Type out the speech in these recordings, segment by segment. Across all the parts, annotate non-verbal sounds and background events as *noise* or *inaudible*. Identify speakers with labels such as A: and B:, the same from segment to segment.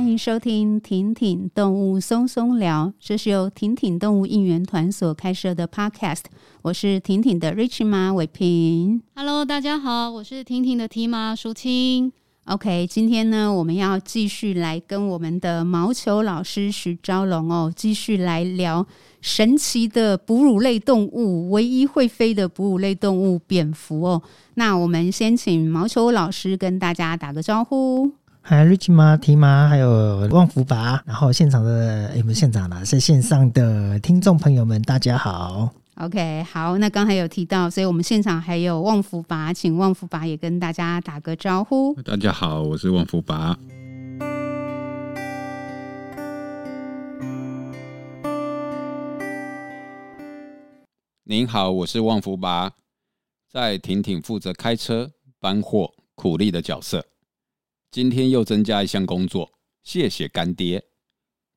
A: 迎收听《婷婷动物松松聊》，这是由婷婷动物应援团所开设的 Podcast。我是婷婷的 Rich 妈伟平。
B: Hello，大家好，我是婷婷的提妈淑清。
A: OK，今天呢，我们要继续来跟我们的毛球老师许昭龙哦，继续来聊神奇的哺乳类动物，唯一会飞的哺乳类动物蝙蝠哦。那我们先请毛球老师跟大家打个招呼。
C: 嗨，Rich 妈、提妈，还有旺福爸，然后现场的哎诶，不是现场啦，是线上的听众朋友们，大家好。
A: OK，好，那刚才有提到，所以我们现场还有旺福拔，请旺福拔也跟大家打个招呼。
D: 大家好，我是旺福拔。您好，我是旺福拔，在婷婷负责开车、搬货、苦力的角色。今天又增加一项工作，谢谢干爹，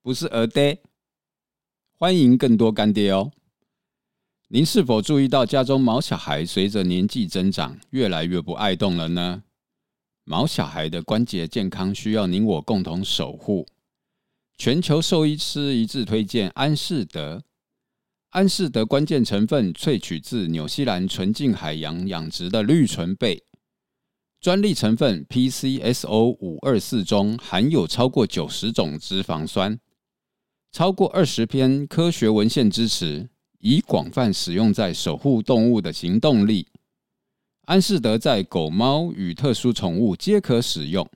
D: 不是儿爹。欢迎更多干爹哦。您是否注意到家中毛小孩随着年纪增长，越来越不爱动了呢？毛小孩的关节健康需要您我共同守护。全球兽医师一致推荐安士德。安士德关键成分萃取自纽西兰纯净海洋养殖的绿唇贝，专利成分 PCSO 五二四中含有超过九十种脂肪酸，超过二十篇科学文献支持。已广泛使用在守护动物的行动力。安士德在狗猫与特殊宠物皆可使用，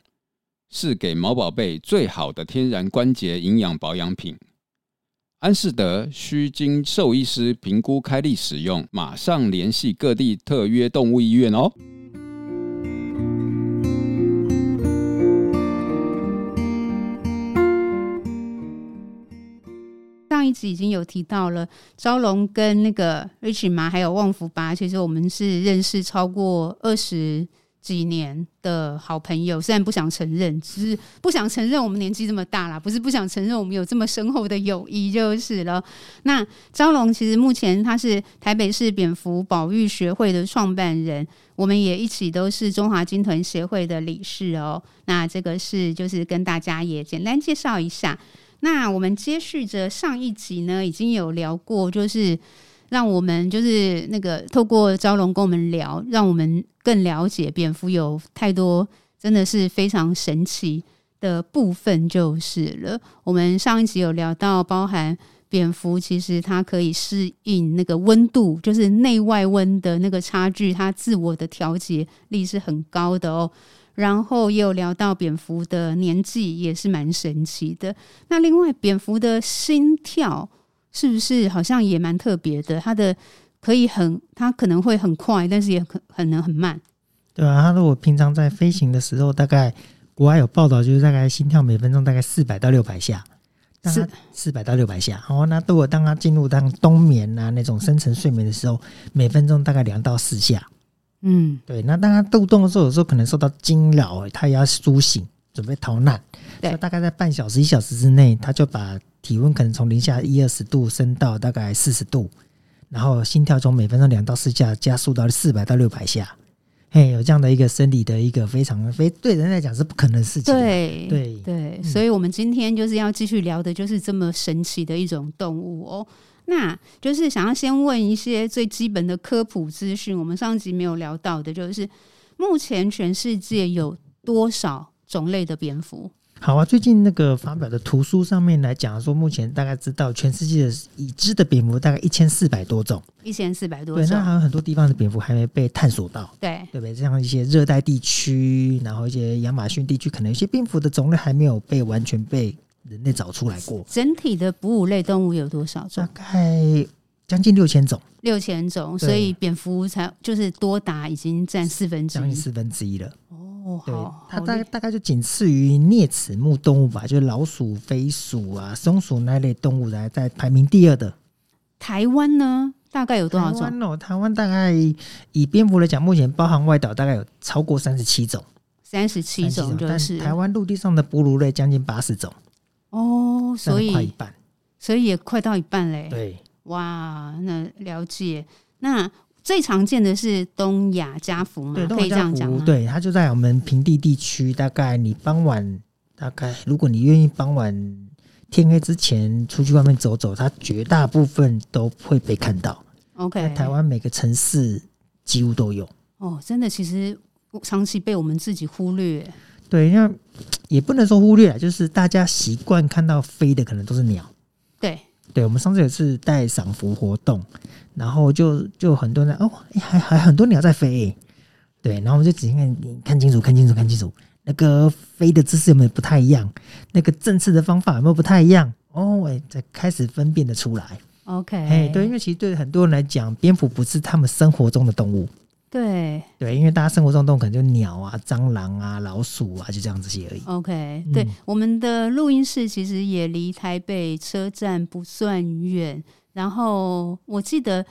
D: 是给毛宝贝最好的天然关节营养保养品。安士德需经兽医师评估开立使用，马上联系各地特约动物医院哦。
A: 上一集已经有提到了，昭龙跟那个 Rich 麻还有旺福吧，其实我们是认识超过二十几年的好朋友，虽然不想承认，只是不想承认我们年纪这么大啦，不是不想承认我们有这么深厚的友谊就是了。那昭龙其实目前他是台北市蝙蝠保育学会的创办人，我们也一起都是中华鲸豚协会的理事哦。那这个是就是跟大家也简单介绍一下。那我们接续着上一集呢，已经有聊过，就是让我们就是那个透过招龙跟我们聊，让我们更了解蝙蝠有太多真的是非常神奇的部分就是了。我们上一集有聊到，包含蝙蝠其实它可以适应那个温度，就是内外温的那个差距，它自我的调节力是很高的哦。然后也有聊到蝙蝠的年纪，也是蛮神奇的。那另外，蝙蝠的心跳是不是好像也蛮特别的？它的可以很，它可能会很快，但是也可可能很慢。
C: 对啊，他如果平常在飞行的时候，大概国外有报道，就是大概心跳每分钟大概四百到六百下，当
A: 是
C: 他四百到六百下。哦，那如果当他进入当冬眠啊那种深层睡眠的时候，每分钟大概两到四下。
A: 嗯，
C: 对，那当他斗动的时候，有时候可能受到惊扰，他也要苏醒，准备逃难。
A: 对
C: 所以大概在半小时、一小时之内，他就把体温可能从零下一二十度升到大概四十度，然后心跳从每分钟两到四下加速到四百到六百下。嘿，有这样的一个生理的一个非常非对人来讲是不可能的事情。，
A: 对
C: 对嗯
A: 对，所以我们今天就是要继续聊的，就是这么神奇的一种动物哦。那就是想要先问一些最基本的科普资讯，我们上集没有聊到的，就是目前全世界有多少种类的蝙蝠？
C: 好啊，最近那个发表的图书上面来讲说，目前大概知道全世界的已知的蝙蝠大概一千四百多种。
A: 一千四百多
C: 对，那还
A: 种。
C: 有很多地方的蝙蝠还没被探索到。
A: 对，
C: 对不对？像一些热带地区，然后一些亚马逊地区，可能有些蝙蝠的种类还没有被完全被人类找出来过，
A: 整体的哺乳类动物有多少
C: 大
A: 种？
C: 概将近六千种，
A: 六千种，
C: 啊对
A: 所以蝙蝠才就是多达已经占四分之
C: 将近
A: 一。
C: 四分之一了。
A: 哦，
C: 对
A: 好，，
C: 它
A: 好
C: 大
A: 厉
C: 概大概就仅次于啮齿目动物吧，就是老鼠、飞鼠啊、松鼠那类动物来在排名第二的。
A: 台湾呢，大概有多少
C: 台
A: 种？
C: 湾哦，台湾大概以蝙蝠来讲，目前包含外岛大概有超过三十七种，
A: 三十七
C: 37
A: 种，就
C: 但
A: 是
C: 台湾陆地上的哺乳类将近八十种，
A: 哦，
C: 占
A: 所
C: 了快一
A: 以
C: 半。
A: 所以也快到一半嘞。
C: 对。
A: 哇，那了解。那最常见的是东亚家蝠嘛
C: 对，，
A: 嗯可以这样讲吗？啊
C: 对，它就在我们平地地区，大概你傍晚大概如果你愿意傍晚天黑之前出去外面走走，它绝大部分都会被看到。在
A: ，OK，
C: 台湾每个城市几乎都有。
A: 哦，真的，其实长期被我们自己忽略，
C: 对，那也不能说忽略啊，就是大家习惯看到飞的可能都是鸟。
A: 对，
C: 对，我们上次有一次带赏福活动，然后就就很多人哦，诶还还很多鸟在飞耶，对，然后我们就仔细看，你看清楚，看清楚，看清楚，那个飞的姿势有没有不太一样？那个振翅的方法有没有不太一样？哦，哎，才开始分辨得出来。
A: ，OK，
C: 哎，对，因为其实对很多人来讲，蝙蝠不是他们生活中的动物，
A: 对
C: 对，因为大家生活中的动物可能就鸟啊、蟑螂啊、老鼠啊，就这样这些而已。
A: ，OK，对，
C: 嗯
A: 我们的录音室其实也离台北车站不算远，然后我记得。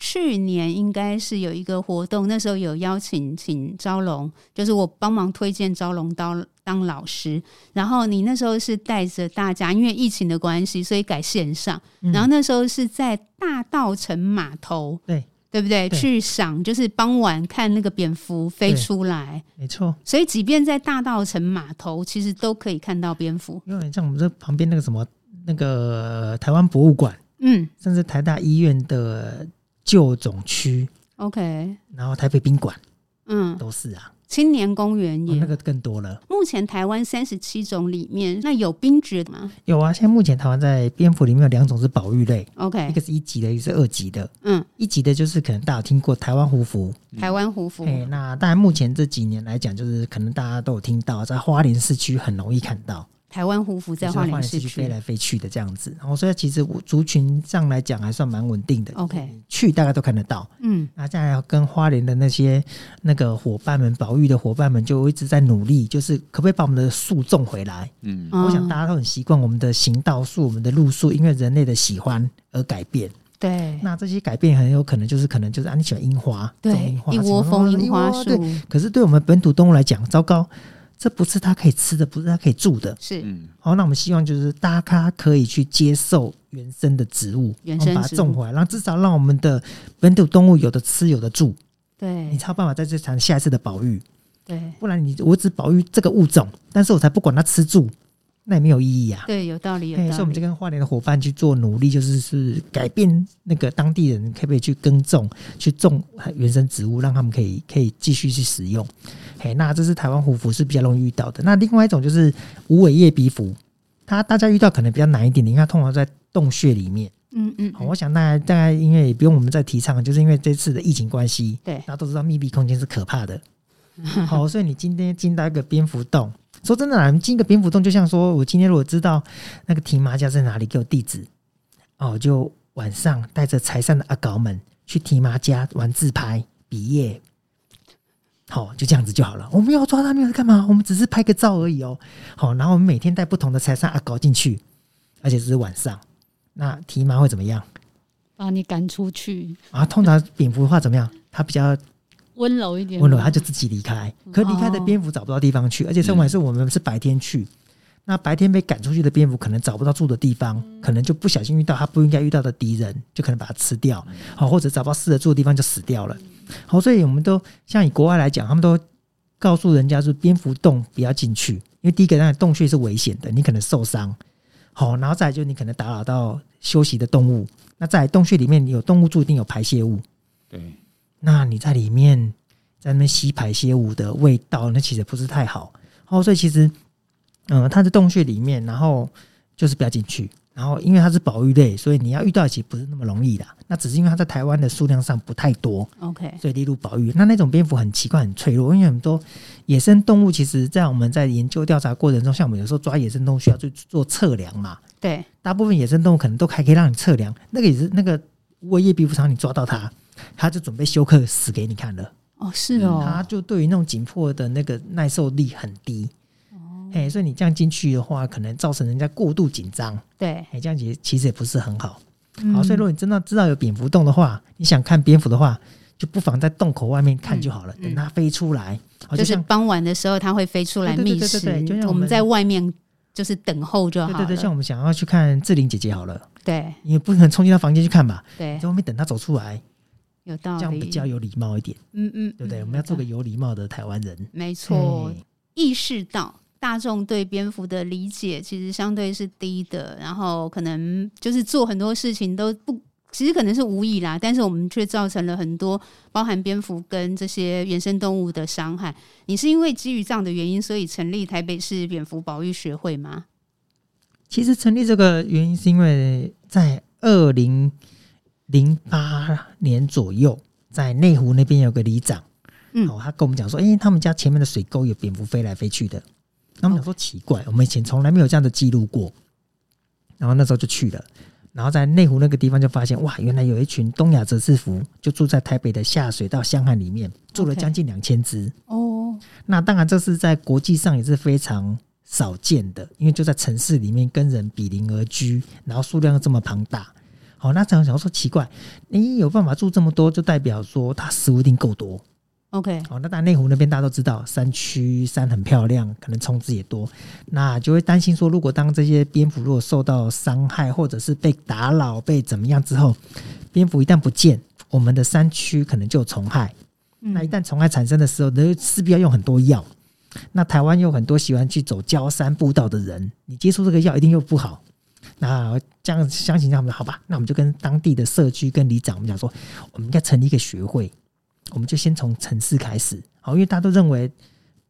A: 去年应该是有一个活动，那时候有邀请请招龙，就是我帮忙推荐招龙当当老师。然后你那时候是带着大家，因为疫情的关系，所以改线上。
C: 嗯
A: 然后那时候是在大道城码头，
C: 对
A: 对不对？
C: 对
A: 去赏就是傍晚看那个蝙蝠飞
C: 对
A: 出来，
C: 没错，
A: 所以即便在大道城码头，其实都可以看到蝙蝠。
C: 因为像我们这旁边那个什么那个台湾博物馆。
A: 嗯
C: 甚至台大医院的旧总区，
A: ，OK，
C: 然后台北宾馆
A: 嗯，
C: 都是啊，
A: 青年公园
C: 哦
A: 嗯也。
C: 那个更多了。
A: 目前台湾三十七种里面，那有冰蛰的吗
C: 有啊，现在目前台湾在蝙蝠里面有两种是保育类，一
A: ？OK，
C: 个是一级的，一个是二级的。
A: 嗯，
C: 一级的就是可能大家有听过台湾胡蝠，
A: 台湾胡蝠，
C: 哎，那当然目前这几年来讲，就是可能大家都有听到，在花莲市区很容易看到，
A: 台湾胡蝠在
C: 就是
A: 花莲
C: 市
A: 市
C: 区飞
A: 区。
C: 来飞去的这样子。然后所以其实我族群上来讲还算蛮稳定的，
A: OK，
C: 去大概都看得到。
A: 嗯
C: 那再来跟花莲的那些那个伙伴们、保育的伙伴们，就一直在努力，就是可不可以把我们的树种回来？
D: 嗯，
A: 嗯
C: 我想大家都很习惯我们的行道树、我们的路树，因为人类的喜欢而改变。
A: 对
C: 那这些改变很有可能就是可能就是啊，你喜欢樱花，种
A: 对
C: 樱，花，
A: 一窝蜂
C: 种
A: 樱花
C: 对
A: 树
C: 可是对我们本土动物来讲，糟糕，这不是它可以吃的，不是它可以住的。
A: 是
D: 嗯，
C: 好，那我们希望就是大家可以去接受原生的植物，
A: 原
C: 我们把它
A: 生植物
C: 种回来，让至少让我们的本土动物有的吃，有的住。你
A: 对
C: 才有办法在这场下一次的保育，
A: 对
C: 不然你我只保育这个物种，但是我才不管它吃住，那也没有意义啊。
A: 对，有道理，有
C: 哎，
A: 道
C: 所以我们
A: 理
C: 就。跟花莲的伙伴去做努力，就是是改变那个当地人可不可以去耕种，去种原生植物，让他们可以可以继续去使用。嘿，那这是台湾虎蝠是比较容易遇到的。那另外一种就是无尾叶鼻蝠，它大家遇到可能比较难一点点，因为它通常在洞穴里面。
A: 嗯嗯，
C: 好，
A: 嗯
C: 我想大家大概因为也不用我们再提倡，就是因为这次的疫情关系，
A: 对
C: 大家都知道密闭空间是可怕的。好，所以你今天进到一个蝙蝠洞，说真的啦，你进一个蝙蝠洞，就像说我今天如果知道那个提麻家在哪里，给我地址，哦，我就晚上带着财散的阿搞们去提麻家玩自拍、比耶。好，就这样子就好了。我们要抓他们要干嘛？我们只是拍个照而已哦。好，然后我们每天带不同的财散阿搞进去，而且只是晚上。那提麻会怎么样？
B: 把你赶出去，
C: 啊，通常蝙蝠的话怎么样？它比较
B: 温柔一点，
C: 温柔，它就自己离开。可离开的
A: 哦
C: 蝙蝠找不到地方去，而且生还是我们是白天去，那白天被赶出去的蝙蝠可能找不到住的地方，可能就不小心遇到它不应该遇到的敌人，就可能把它吃掉，好、或者找不到适合住的地方就死掉了。好，所以我们都像以国外来讲，他们都告诉人家说蝙蝠洞不要进去，因为第一个当然洞穴是危险的，你可能受伤。好，然后再来就是你可能打扰到休息的动物，那在洞穴里面有动物住，一定有排泄物，
D: 对，
C: 那你在里面在那边吸排泄物的味道，那其实不是太好。哦，所以其实，嗯、它在洞穴里面，然后就是不要进去。然后因为它是保育类，所以你要遇到其实不是那么容易的。那只是因为它在台湾的数量上不太多，
A: OK，
C: 所以列入保育。那那种蝙蝠很奇怪，很脆弱，因为很多野生动物，其实在我们在研究调查过程中，像我们有时候抓野生动物需要去做测量嘛，
A: 对，
C: 大部分野生动物可能都还可以让你测量，那个也是那个无尾叶壁蝠长，你抓到它，它就准备休克死给你看了。
A: 哦，是
C: 它
A: 哦，
C: 就对于那种紧迫的那个耐受力很低。
A: 哦
C: 哎、所以你这样进去的话，可能造成人家过度紧张，
A: 对，
C: 哎、这样其实其实也不是很好。好，
A: 嗯
C: 所以如果你真的知道有蝙蝠洞的话，你想看蝙蝠的话，就不妨在洞口外面看就好了，
A: 嗯
C: 等它飞出来。好，
A: 就是
C: 哦像
A: 傍晚的时候，它会飞出来
C: 对对
A: 觅
C: 对对
A: 食
C: 对就像。我
A: 我们
C: 们
A: 在外面就是等候就
C: 对
A: 好
C: 对
A: 了。
C: 对，像我们想要去看志玲姐姐好了，
A: 对
C: 你也不可能冲进她房间去看吧，
A: 对
C: 在外面等她走出来，
A: 有道
C: 这
A: 理。
C: 样比较有礼貌一点，
A: 嗯嗯，
C: 对不对？
A: 嗯
C: 我们要做个有礼貌的台湾人。
A: 没错
C: 嘿，
A: 意识到大众对蝙蝠的理解其实相对是低的，然后可能就是做很多事情都不，其实可能是无意啦，但是我们却造成了很多包含蝙蝠跟这些原生动物的伤害。你是因为基于这样的原因，所以成立台北市蝙蝠保育学会吗？
C: 其实成立这个原因是因为在二零零八年左右，在内湖那边有个里长，
A: 嗯
C: 哦，他跟我们讲说，哎、他们家前面的水沟有蝙蝠飞来飞去
A: 哦
C: 的。那我们想说奇怪，我们以前从来没有这样的记录过。然后那时候就去了，然后在内湖那个地方就发现，哇，原来有一群东亚折翅蝠就住在台北的下水道香汉里面，住了
A: OK
C: 将近两千只。
A: 哦，
C: 那当然，这是在国际上也是非常少见的，因为就在城市里面跟人比邻而居，然后数量又这么庞大。好，那常常想说奇怪，你有办法住这么多，就代表说它食物一定够多。
A: OK，
C: 好，那当然内湖那边大家都知道，山区山很漂亮，可能虫子也多，那就会担心说，如果当这些蝙蝠如果受到伤害，或者是被打扰、被怎么样之后，蝙蝠一旦不见，我们的山区可能就有虫害。那一
A: 嗯
C: 旦虫害产生的时候，那就势必要用很多药。那台湾有很多喜欢去走郊山步道的人，你接触这个药一定又不好。那这样相信他们，好吧？那我们就跟当地的社区跟里长，我们讲说，我们应该成立一个学会，我们就先从城市开始，好，因为大家都认为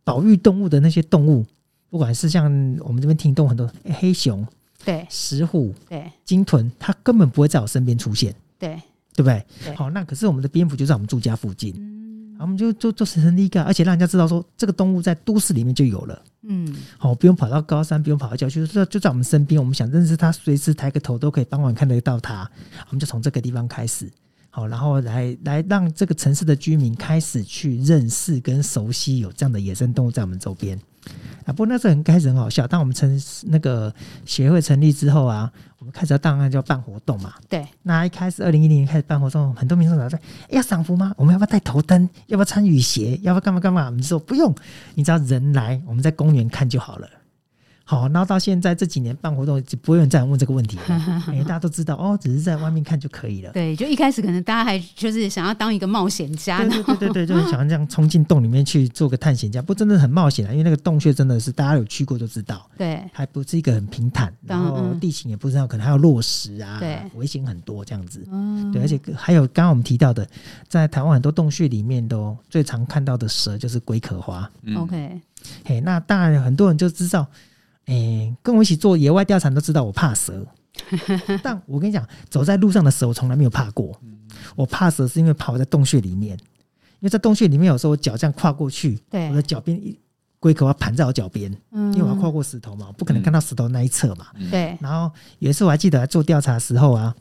C: 保育动物的那些动物，不管是像我们这边听动物很多诶黑熊、
A: 对
C: 石虎、
A: 对
C: 鲸豚，它根本不会在我身边出现，
A: 对，
C: 对不对？
A: 对
C: 好，那可是我们的蝙蝠就在我们住家附近，
A: 嗯
C: 然后我们就就就成立一个，而且让人家知道说这个动物在都市里面就有了，
A: 嗯
C: 好、不用跑到高山，不用跑到郊区，就就在我们身边，我们想认识它，随时抬个头都可以傍晚看得到它，我们就从这个地方开始，好、然后来来让这个城市的居民开始去认识跟熟悉有这样的野生动物在我们周边。啊，不过那时候很开始很好笑。当我们成那个协会成立之后啊，我们开始要当然就要办活动嘛。
A: 对，
C: 那一开始二零一零年开始办活动，很多民众老在哎要赏福吗？我们要不要带头灯？要不要穿雨鞋？要不要干嘛干嘛？我们就说不用，你只要人来，我们在公园看就好了。好，然后到现在这几年办活动，就不会有人再问这个问题了，因为大家都知道哦，只是在外面看就可以了。
A: 对，就一开始可能大家还就是想要当一个冒险家，
C: 对对对对，就是想要这样冲进洞里面去做个探险家，不过真的很冒险啊，因为那个洞穴真的是大家有去过就知道，
A: 对
C: 还不是一个很平坦，然
A: 当
C: 后
A: 嗯
C: 地形也不知道，可能还有落石啊
A: 对，
C: 危险很多这样子。
A: 嗯
C: 对，而且还有刚刚我们提到的，在台湾很多洞穴里面都最常看到的蛇就是龟壳花。
D: 嗯
A: OK，
C: 嘿，那当然很多人就知道，诶，跟我一起做野外调查都知道我
A: *laughs*
C: 怕蛇，但我跟你讲，走在路上的蛇我从来没有怕过。我怕蛇是因为怕我在洞穴里面，因为在洞穴里面有时候我脚这样跨过去，
A: 对
C: 我的脚边一龟壳花盘在我脚边，
A: 嗯
C: 因为我要跨过石头嘛，我不可能看到石头那一侧嘛。
A: 对
C: 然后有一次我还记得在做调查的时候啊，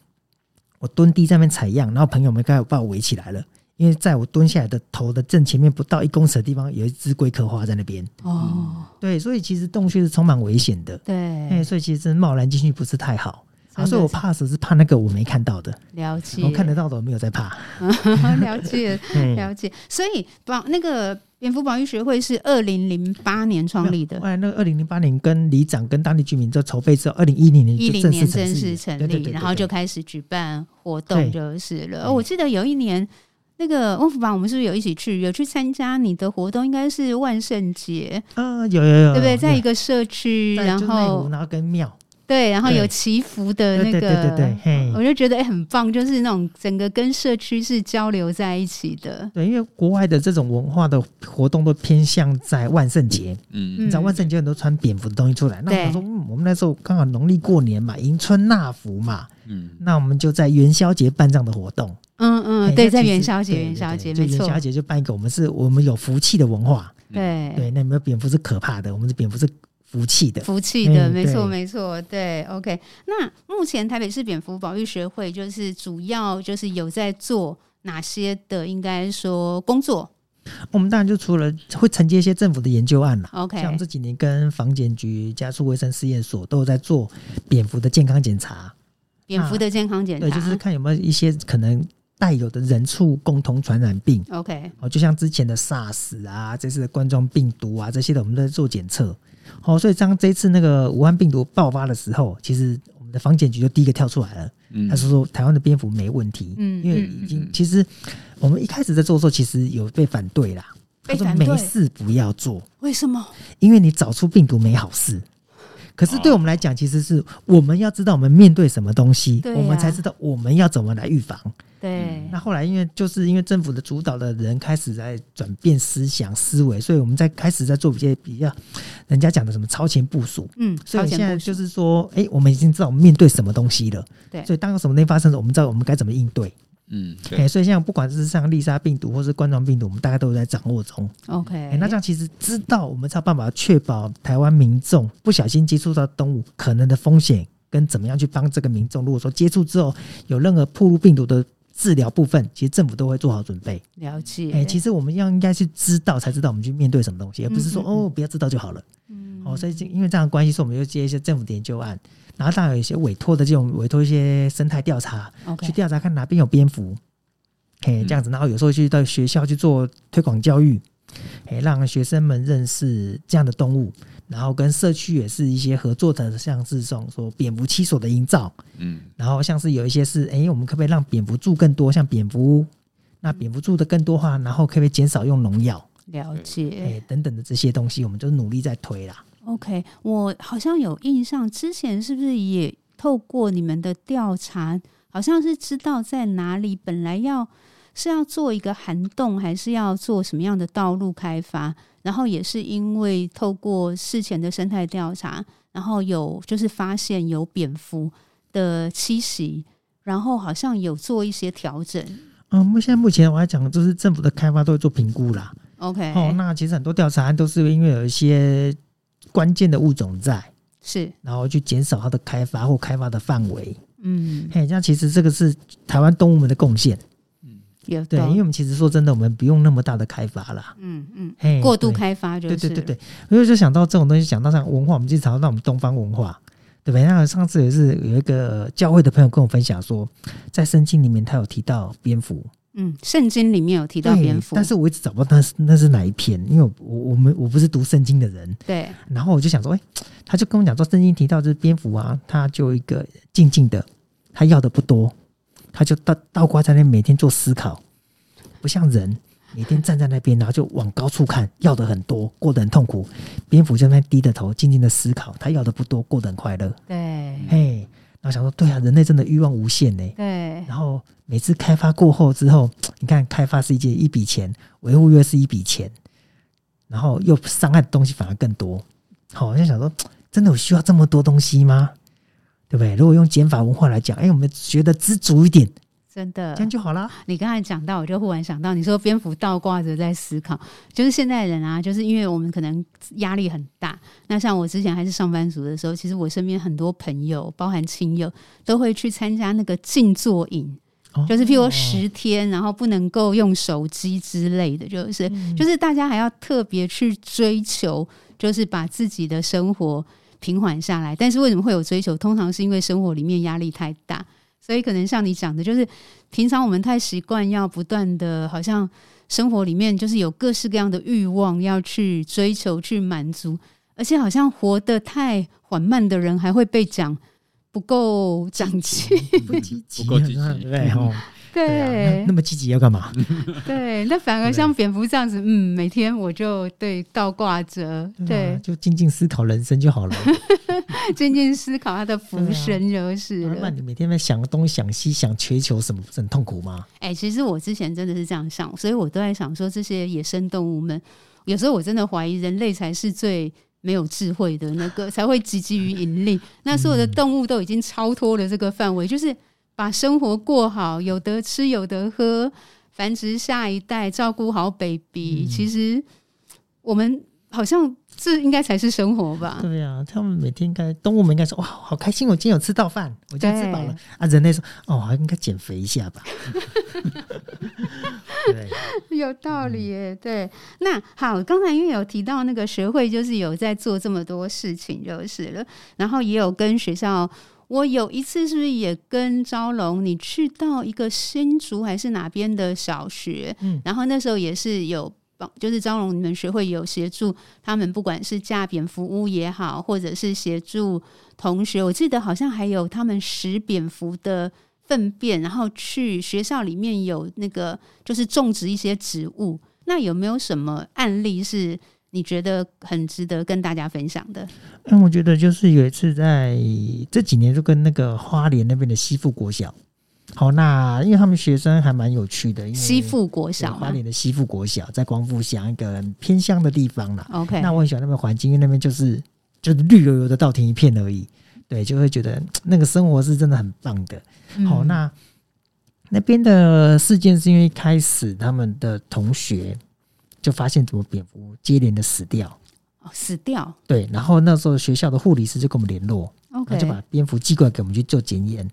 C: 我蹲地上面采样，然后朋友们刚好把我围起来了，因为在我蹲下来的头的正前面不到一公尺的地方有一只龟壳花在那边。
A: 哦
C: 对，所以其实洞穴是充满危险的。哎、
A: 对，
C: 所以其实真贸然进去不是太好。啊，
A: 真的
C: 所以我怕蛇是怕那个我没看到的，
A: 了解，哦
C: 我看得到的我没有
A: *laughs*
C: 在怕。
A: 了
C: *laughs*
A: 解
C: 嗯，
A: 了解，所以保那个蝙蝠保育学会是二零零八年创立的
C: 后。来那个二零零八年跟里长跟当地居民就筹备之后，二零一零年
A: 一
C: 就
A: 零
C: 正
A: 年
C: 式
A: 正
C: 成
A: 式
C: 立，
A: 成
C: 对对对
A: 立，
C: 对
A: 然后
C: 对
A: 就开始举办活动
C: 对
A: 就是了。
C: 嗯
A: 哦我记得有一年，那个翁福榜我们是不是有一起去？有去参加你的活动，应该是万圣节，
C: 啊，有有有，
A: 对不对？
C: 有
A: 在一个社区，
C: 在
A: 然
C: 就是内湖
A: 后
C: 然后跟庙，
A: 对，然后有
C: 对
A: 祈福的那
C: 对对对对对
A: 个，，
C: 嘿，
A: 我就觉得哎很棒，就是那种整个跟社区是交流在一起的。
C: 对，因为国外的这种文化的活动都偏向在万圣节，
D: 嗯
C: 你知道
A: 嗯
C: 万圣节很多穿蝙蝠的东西出来。那我
A: 对
C: 想说，嗯，我们那时候刚好农历过年嘛，迎春纳福嘛，
D: 嗯
C: 那我们就在元宵节办这样的活动。
A: 嗯嗯，
C: 哎
A: 对，
C: 那
A: 在
C: 其实
A: 元宵节，
C: 对
A: 元宵
C: 对
A: 节，
C: 对
A: 没
C: 就
A: 错
C: 元，宵节就办一个，我们是我们有福气的文化。
A: 对
C: 对，那没有蝙蝠是可怕的，我们的蝙蝠是福气的。
A: 福气的，
C: 嗯
A: 没错，
C: 对
A: 没错，对，OK。那目前台北市蝙蝠保育学会就是主要就是有在做哪些的，应该说工作
C: 我们当然就除了会承接一些政府的研究案啦。
A: ，OK，
C: 像这几年跟房检局、家畜卫生试验所都有在做蝙蝠的健康检查，
A: 蝙蝠的健康检查，
C: 啊对，就是看有没有一些可能带有的人畜共同传染病。
A: OK，
C: 哦，就像之前的 SARS 啊，这次的冠状病毒啊，这些的我们都在做检测。哦，所以当这次那个武汉病毒爆发的时候，其实我们的房检局就第一个跳出来了，
D: 嗯
C: 他说说台湾的蝙蝠没问题，
A: 嗯
C: 因为已
D: 嗯嗯
C: 经
D: 嗯
C: 其实我们一开始在做的时候，其实有被反对啦。他说
A: 反对
C: 没事不要做，
A: 为什么？
C: 因为你找出病毒没好事。可是对我们来讲，其实是我们要知道我们面对什么东西，
A: 对呀
C: 我们才知道我们要怎么来预防。
A: 对
C: 那后来，因为就是因为政府的主导的人开始在转变思想思维，所以我们在开始在做一些比较人家讲的什么超前部署。
A: 嗯，
C: 所
A: 超
C: 以我现
A: 前
C: 在
A: 部署
C: 就，是说，哎、我们已经知道我们面对什么东西了。
A: 对
C: 所以当有什么东西发生的时候，我们知道我们该怎么应对。
D: 嗯，
C: 哎、
D: 对，
C: 所以像不管是像丽莎病毒或是冠状病毒，我们大概都有在掌握中。哎、
A: OK，
C: 那这样其实知道我们才有办法确保台湾民众不小心接触到动物可能的风险，跟怎么样去帮这个民众。如果说接触之后有任何暴露病毒的治疗部分，其实政府都会做好准备。
A: 了解。
C: 哎、其实我们要应该去知道，才知道我们去面对什么东西，而不是说
A: 嗯嗯嗯
C: 哦不要知道就好了。
A: 嗯
C: 哦，所以这因为这样的关系，所以我们就接一些政府的研究案，然后当然有一些委托的这种委托一些生态调查，去
A: OK，
C: 调查看哪边有蝙蝠，嘿，这样子，然后有时候去到学校去做推广教育，嘿，让学生们认识这样的动物，然后跟社区也是一些合作的，像是这种说蝙蝠栖所的营造，
D: 嗯
C: 然后像是有一些是，哎、我们可不可以让蝙蝠住更多，像蝙蝠屋，那蝙蝠住的更多的话，然后可不可以减少用农药，
A: 了
C: 哎、
A: 解。
C: 等等的这些东西，我们就努力在推啦。
A: OK，我好像有印象，之前是不是也透过你们的调查，好像是知道在哪里本来要是要做一个涵洞，还是要做什么样的道路开发？然后也是因为透过事前的生态调查，然后有就是发现有蝙蝠的栖息，然后好像有做一些调整。
C: 嗯，目现在目前我要讲，就是政府的开发都会做评估啦。
A: OK，、
C: 哦，那其实很多调查案都是因为有一些关键的物种在，
A: 是
C: 然后去减少它的开发或开发的范围。
A: 嗯，
C: 嘿，这样其实这个是台湾动物们的贡献。
A: 有
C: 对，
A: 道
C: 因为我们其实说真的，我们不用那么大的开发啦。
A: 嗯嗯，
C: 嘿，
A: 过度
C: 哎对
A: 开发就是
C: 对对对对，因为就想到这种东西，想到像文化，我们经常到我们东方文化，对不对？那上次也是有一个教会的朋友跟我分享说，在圣经里面他有提到蝙蝠，
A: 嗯，圣经里面有提到
C: 对
A: 蝙蝠，
C: 但是我一直找不到那是那是哪一篇，因为我我我们我不是读圣经的人，
A: 对，
C: 然后我就想说，哎、他就跟我讲说，圣经提到这蝙蝠啊，他就一个静静的，他要的不多，他就倒倒挂在那边每天做思考，不像人每天站在那边，然后就往高处看，要的很多，过得很痛苦。蝙蝠就在那边低着头，静静的思考，他要的不多，过得很快乐。
A: 对
C: 嘿，然后想说，对啊，人类真的欲望无限呢、
A: 对
C: 然后每次开发过后之后，你看开发是一件一笔钱，维护又是一笔钱，然后又伤害的东西反而更多。好，我就想说，真的有需要这么多东西吗？对不对？如果用减法文化来讲，哎，我们学的知足一点，
A: 真的
C: 这。样就
A: *laughs*
C: 好啦。
A: 你刚才讲到，我就忽然想到，你说蝙蝠倒挂着在思考，就是现代人啊，就是因为我们可能压力很大。那像我之前还是上班族的时候，其实我身边很多朋友，包含亲友，都会去参加那个静坐营。
C: 哦
A: 就是譬如说十天，然后不能够用手机之类的，就是、就是大家还要特别去追求，就是把自己的生活平缓下来。但是为什么会有追求？通常是因为生活里面压力太大，所以可能像你讲的，就是平常我们太习惯要不断的，好像生活里面就是有各式各样的欲望要去追求、去满足，而且好像活得太缓慢的人还会被讲不够长进。
C: 不积极啊
D: 不够积极嗯
C: 对不对？哦， *laughs* 对啊，那
A: 对
C: 那么积极要干嘛？
A: 对，那反而像蝙蝠这样子，嗯，每天我就对倒挂着，
C: 啊
A: 对，
C: 就静静思考人生就好了。
A: 渐渐思考它的
C: 对
A: 浮
C: 啊
A: 生就是了。
C: 那你每天在想东想西，想追求什么，不是很痛苦吗？
A: 哎、其实我之前真的是这样想，所以我都在想说，这些野生动物们，有时候我真的怀疑人类才是最没有智慧的那个，才会汲汲于盈利。那所有的动物都已经超脱了这个范围，就是把生活过好，有得吃，有得喝，繁殖下一代，照顾好 baby、其实我们好像这应该才是生活吧？
C: 对呀、他们每天应该动物们应该说哇，好开心，我今天有吃到饭，我今天吃饱了
A: 对
C: 啊。人类说哦，还应该减肥一下吧。 *laughs* 对，
A: *laughs* 有道理耶，对。那好，刚才因为有提到那个学会，就是有在做这么多事情，就是了。然后也有跟学校，我有一次是不是也跟招龙，你去到一个新竹还是哪边的小学，
C: 嗯
A: 然后那时候也是有帮，就是招龙你们学会有协助他们，不管是架蝙蝠屋也好，或者是协助同学，我记得好像还有他们拾蝙蝠的。粪便，然后去学校里面有那个就是种植一些植物。那有没有什么案例是你觉得很值得跟大家分享的？
C: 那我觉得就是有一次在这几年就跟那个花莲那边的西富国小，好，那因为他们学生还蛮有趣的，因为
A: 西富国
C: 对
A: 小
C: 花
A: 嘛
C: 莲的西富国小在光复乡一个很偏乡的地方啦。
A: ，OK，
C: 那我很喜欢那边环境，因为那边就是就是绿油油的稻田一片而已，对，就会觉得嗯那个生活是真的很棒的。好、
A: 嗯
C: 那那边的事件是因为一开始他们的同学就发现怎么蝙蝠接连的死掉，
A: 哦死掉
C: 对，然后那时候学校的护理师就跟我们联络，
A: ，OK，
C: 那就把蝙蝠寄过来给我们去做检验。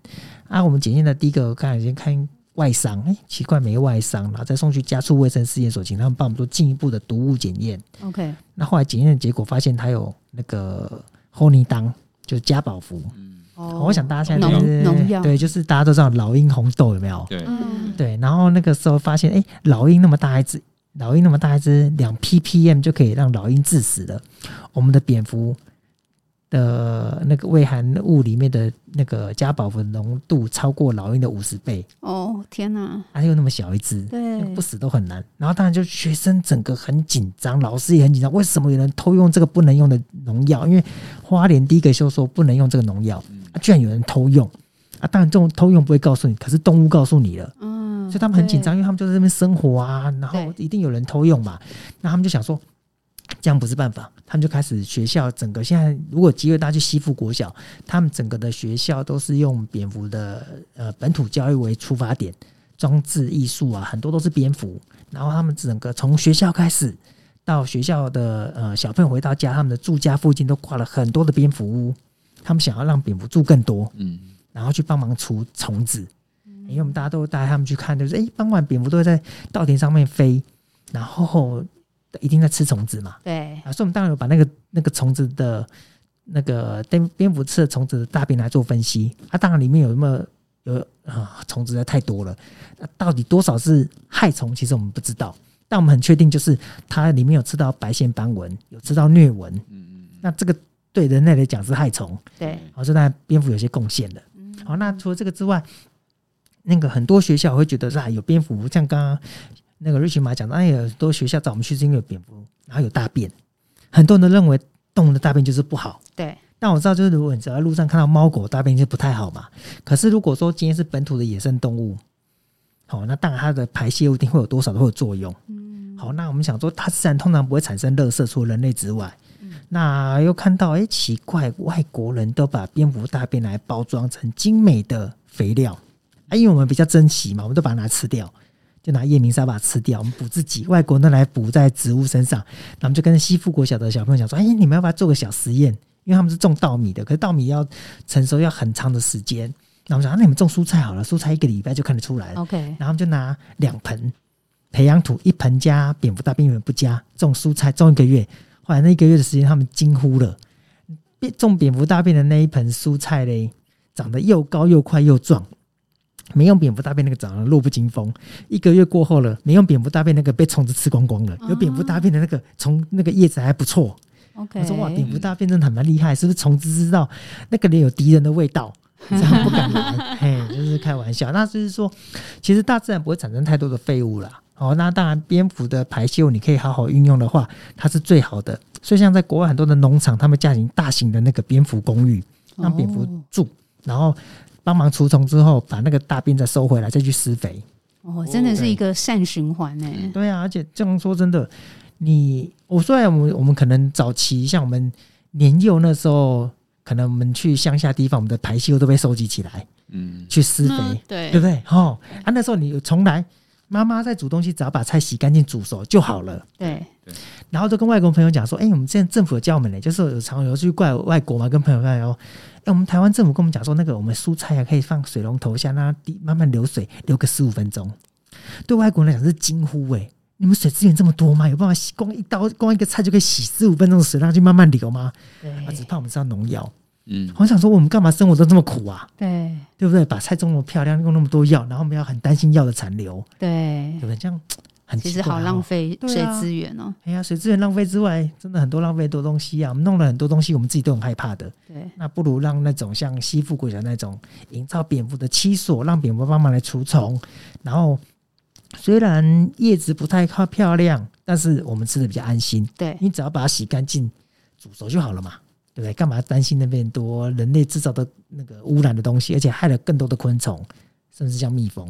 C: 啊，我们检验的第一个看先看外伤，哎、奇怪没外伤，然后再送去家畜卫生试验所，请他们帮我们做进一步的毒物检验。
A: OK，
C: 那后来检验的结果发现它有那个后尼当，就是加宝福。
A: 哦
C: 我想大家现在
A: 农
C: 就是
A: 农药，
C: 对，就是大家都知道老鹰红豆有没有？
D: 对，
B: 嗯，
C: 对，然后那个时候发现，哎、老鹰那么大一只，老鹰那么大一只，两 ppm 就可以让老鹰致死了。我们的蝙蝠的那个胃含物里面的那个加宝福浓度超过老鹰的五十倍，
A: 哦天哪、
C: 啊它、又那么小一只，
A: 对，
C: 嗯不死都很难。然后当然就学生整个很紧张，老师也很紧张。为什么有人偷用这个不能用的农药？因为花莲第一个就说不能用这个农药，啊、居然有人偷用啊！当然这种偷用不会告诉你，可是动物告诉你了，
A: 嗯，
C: 所以他们很紧张，因为他们就在那边生活啊，然后一定有人偷用嘛。那他们就想说。这样不是办法，他们就开始学校整个现在，如果集合大家去西富国小，他们整个的学校都是用蝙蝠的呃本土教育为出发点，装置艺术啊，很多都是蝙蝠。然后他们整个从学校开始到学校的呃小朋友回到家，他们的住家附近都挂了很多的蝙蝠屋，他们想要让蝙蝠住更多，
D: 嗯，
C: 然后去帮忙除虫子。因为我们大家都带他们去看，就是哎，傍晚蝙蝠都会在稻田上面飞，然后一定在吃虫子嘛。
A: 对，
C: 啊，所以我们当然有把那个那个虫子的那个蝙蝙蝠吃的虫子的大便来做分析。啊，当然里面有什么有啊虫子实在太多了，那、到底多少是害虫，其实我们不知道。但我们很确定，就是它里面有吃到白线斑纹，有吃到疟蚊。那这个对人类来讲是害虫，
A: 对，
C: 好，哦这当然蝙蝠有些贡献的。好，那除了这个之外，那个很多学校会觉得是啊，有蝙蝠，像刚刚那个瑞奇玛讲的，哎，有很多学校找我们去是因为有蝙蝠，然后有大便，很多人都认为动物的大便就是不好。
A: 对，
C: 但我知道，就是如果你只要在路上看到猫狗大便就不太好嘛。可是如果说今天是本土的野生动物，好、那当然它的排泄物一定会有多少都会有作用。好，那我们想说，大自然通常不会产生垃圾，除了人类之外。那又看到，哎、奇怪，外国人都把蝙蝠大便来包装成精美的肥料，啊，因为我们比较珍惜嘛，我们都把它拿吃掉，就拿夜明砂把它吃掉，我们补自己，外国人都来补在植物身上，那我们就跟西富国小的小朋友讲说，哎、你们要不要做个小实验？因为他们是种稻米的，可是稻米要成熟要很长的时间，那我们想，啊、那你们种蔬菜好了，蔬菜一个礼拜就看得出来了。
A: ，OK，
C: 然后他们就拿两盆培养土，一盆加蝙蝠大便，一盆不加，种蔬菜种一个月。后来那一个月的时间，他们惊呼了，变种蝙蝠大便的那一盆蔬菜嘞，长得又高又快又壮。没用蝙蝠大便那个长得弱不禁风，一个月过后了，没用蝙蝠大便那个被虫子吃光光了，有蝙蝠大便的那个从那个叶子还不错，
A: OK，
C: 我说哇，蝙蝠大便真的很蛮厉害，是不是虫子知道那个人有敌人的味
A: *laughs*
C: 道，这样不敢来？嘿，就是开玩笑。那就是说，其实大自然不会产生太多的废物啦。哦，那当然，蝙蝠的排泄物你可以好好运用的话，它是最好的。所以像在国外很多的农场，他们架起大型的那个蝙蝠公寓，让蝙蝠
A: 哦
C: 住，然后帮忙除虫之后，把那个大便再收回来，再去施肥。
A: 哦，真的是一个善循环哎、
D: 嗯
C: 对啊，而且这样说真的，你我虽然我们我们可能早期像我们年幼那时候，可能我们去乡下地方，我们的排泄物都被收集起来
D: 嗯，
C: 去施肥，
B: 那
C: 对
B: 对
C: 不对？哦，啊，那时候你从来妈妈在煮东西，只要把菜洗干净、煮熟就好了。
A: 对，
C: 然后就跟外国朋友讲说，哎、我们之前政府有教我们嘞，就是有常有去怪外国嘛，跟朋友讲哦，哎、我们台湾政府跟我们讲说，那个我们蔬菜啊可以放水龙头下，让它滴慢慢流水，流个十五分钟。对外国人来讲是惊呼哎、你们水资源这么多吗？有办法洗光一刀光一个菜就可以洗十五分钟的水，让它去慢慢流吗？啊，只
A: 对，
C: 怕我们知道农药。
D: 嗯，
C: 我想说，我们干嘛生活都这么苦啊？
A: 对，
C: 对不对？把菜种那么漂亮，用那么多药，然后我们要很担心药的残留，对
A: 对
C: 不，对？这样很
A: 哎其
C: 奇
A: 实
C: 怪
A: 好
C: 哦
A: 浪费
C: 对
A: 水
C: 啊
A: 资源哦、
C: 哎呀，水资源浪费之外，真的很多浪费很多东西啊。我们弄了很多东西，我们自己都很害怕的。
A: 对，
C: 那不如让那种像西富国小那种营造蝙蝠的栖所，让蝙蝠帮忙来除虫，然后虽然叶子不太靠漂亮，但是我们吃的比较安心。
A: 对，
C: 你只要把它洗干净、煮熟就好了嘛，对不对？干嘛担心那边多人类制造的那个污染的东西，而且害了更多的昆虫，甚至像蜜蜂？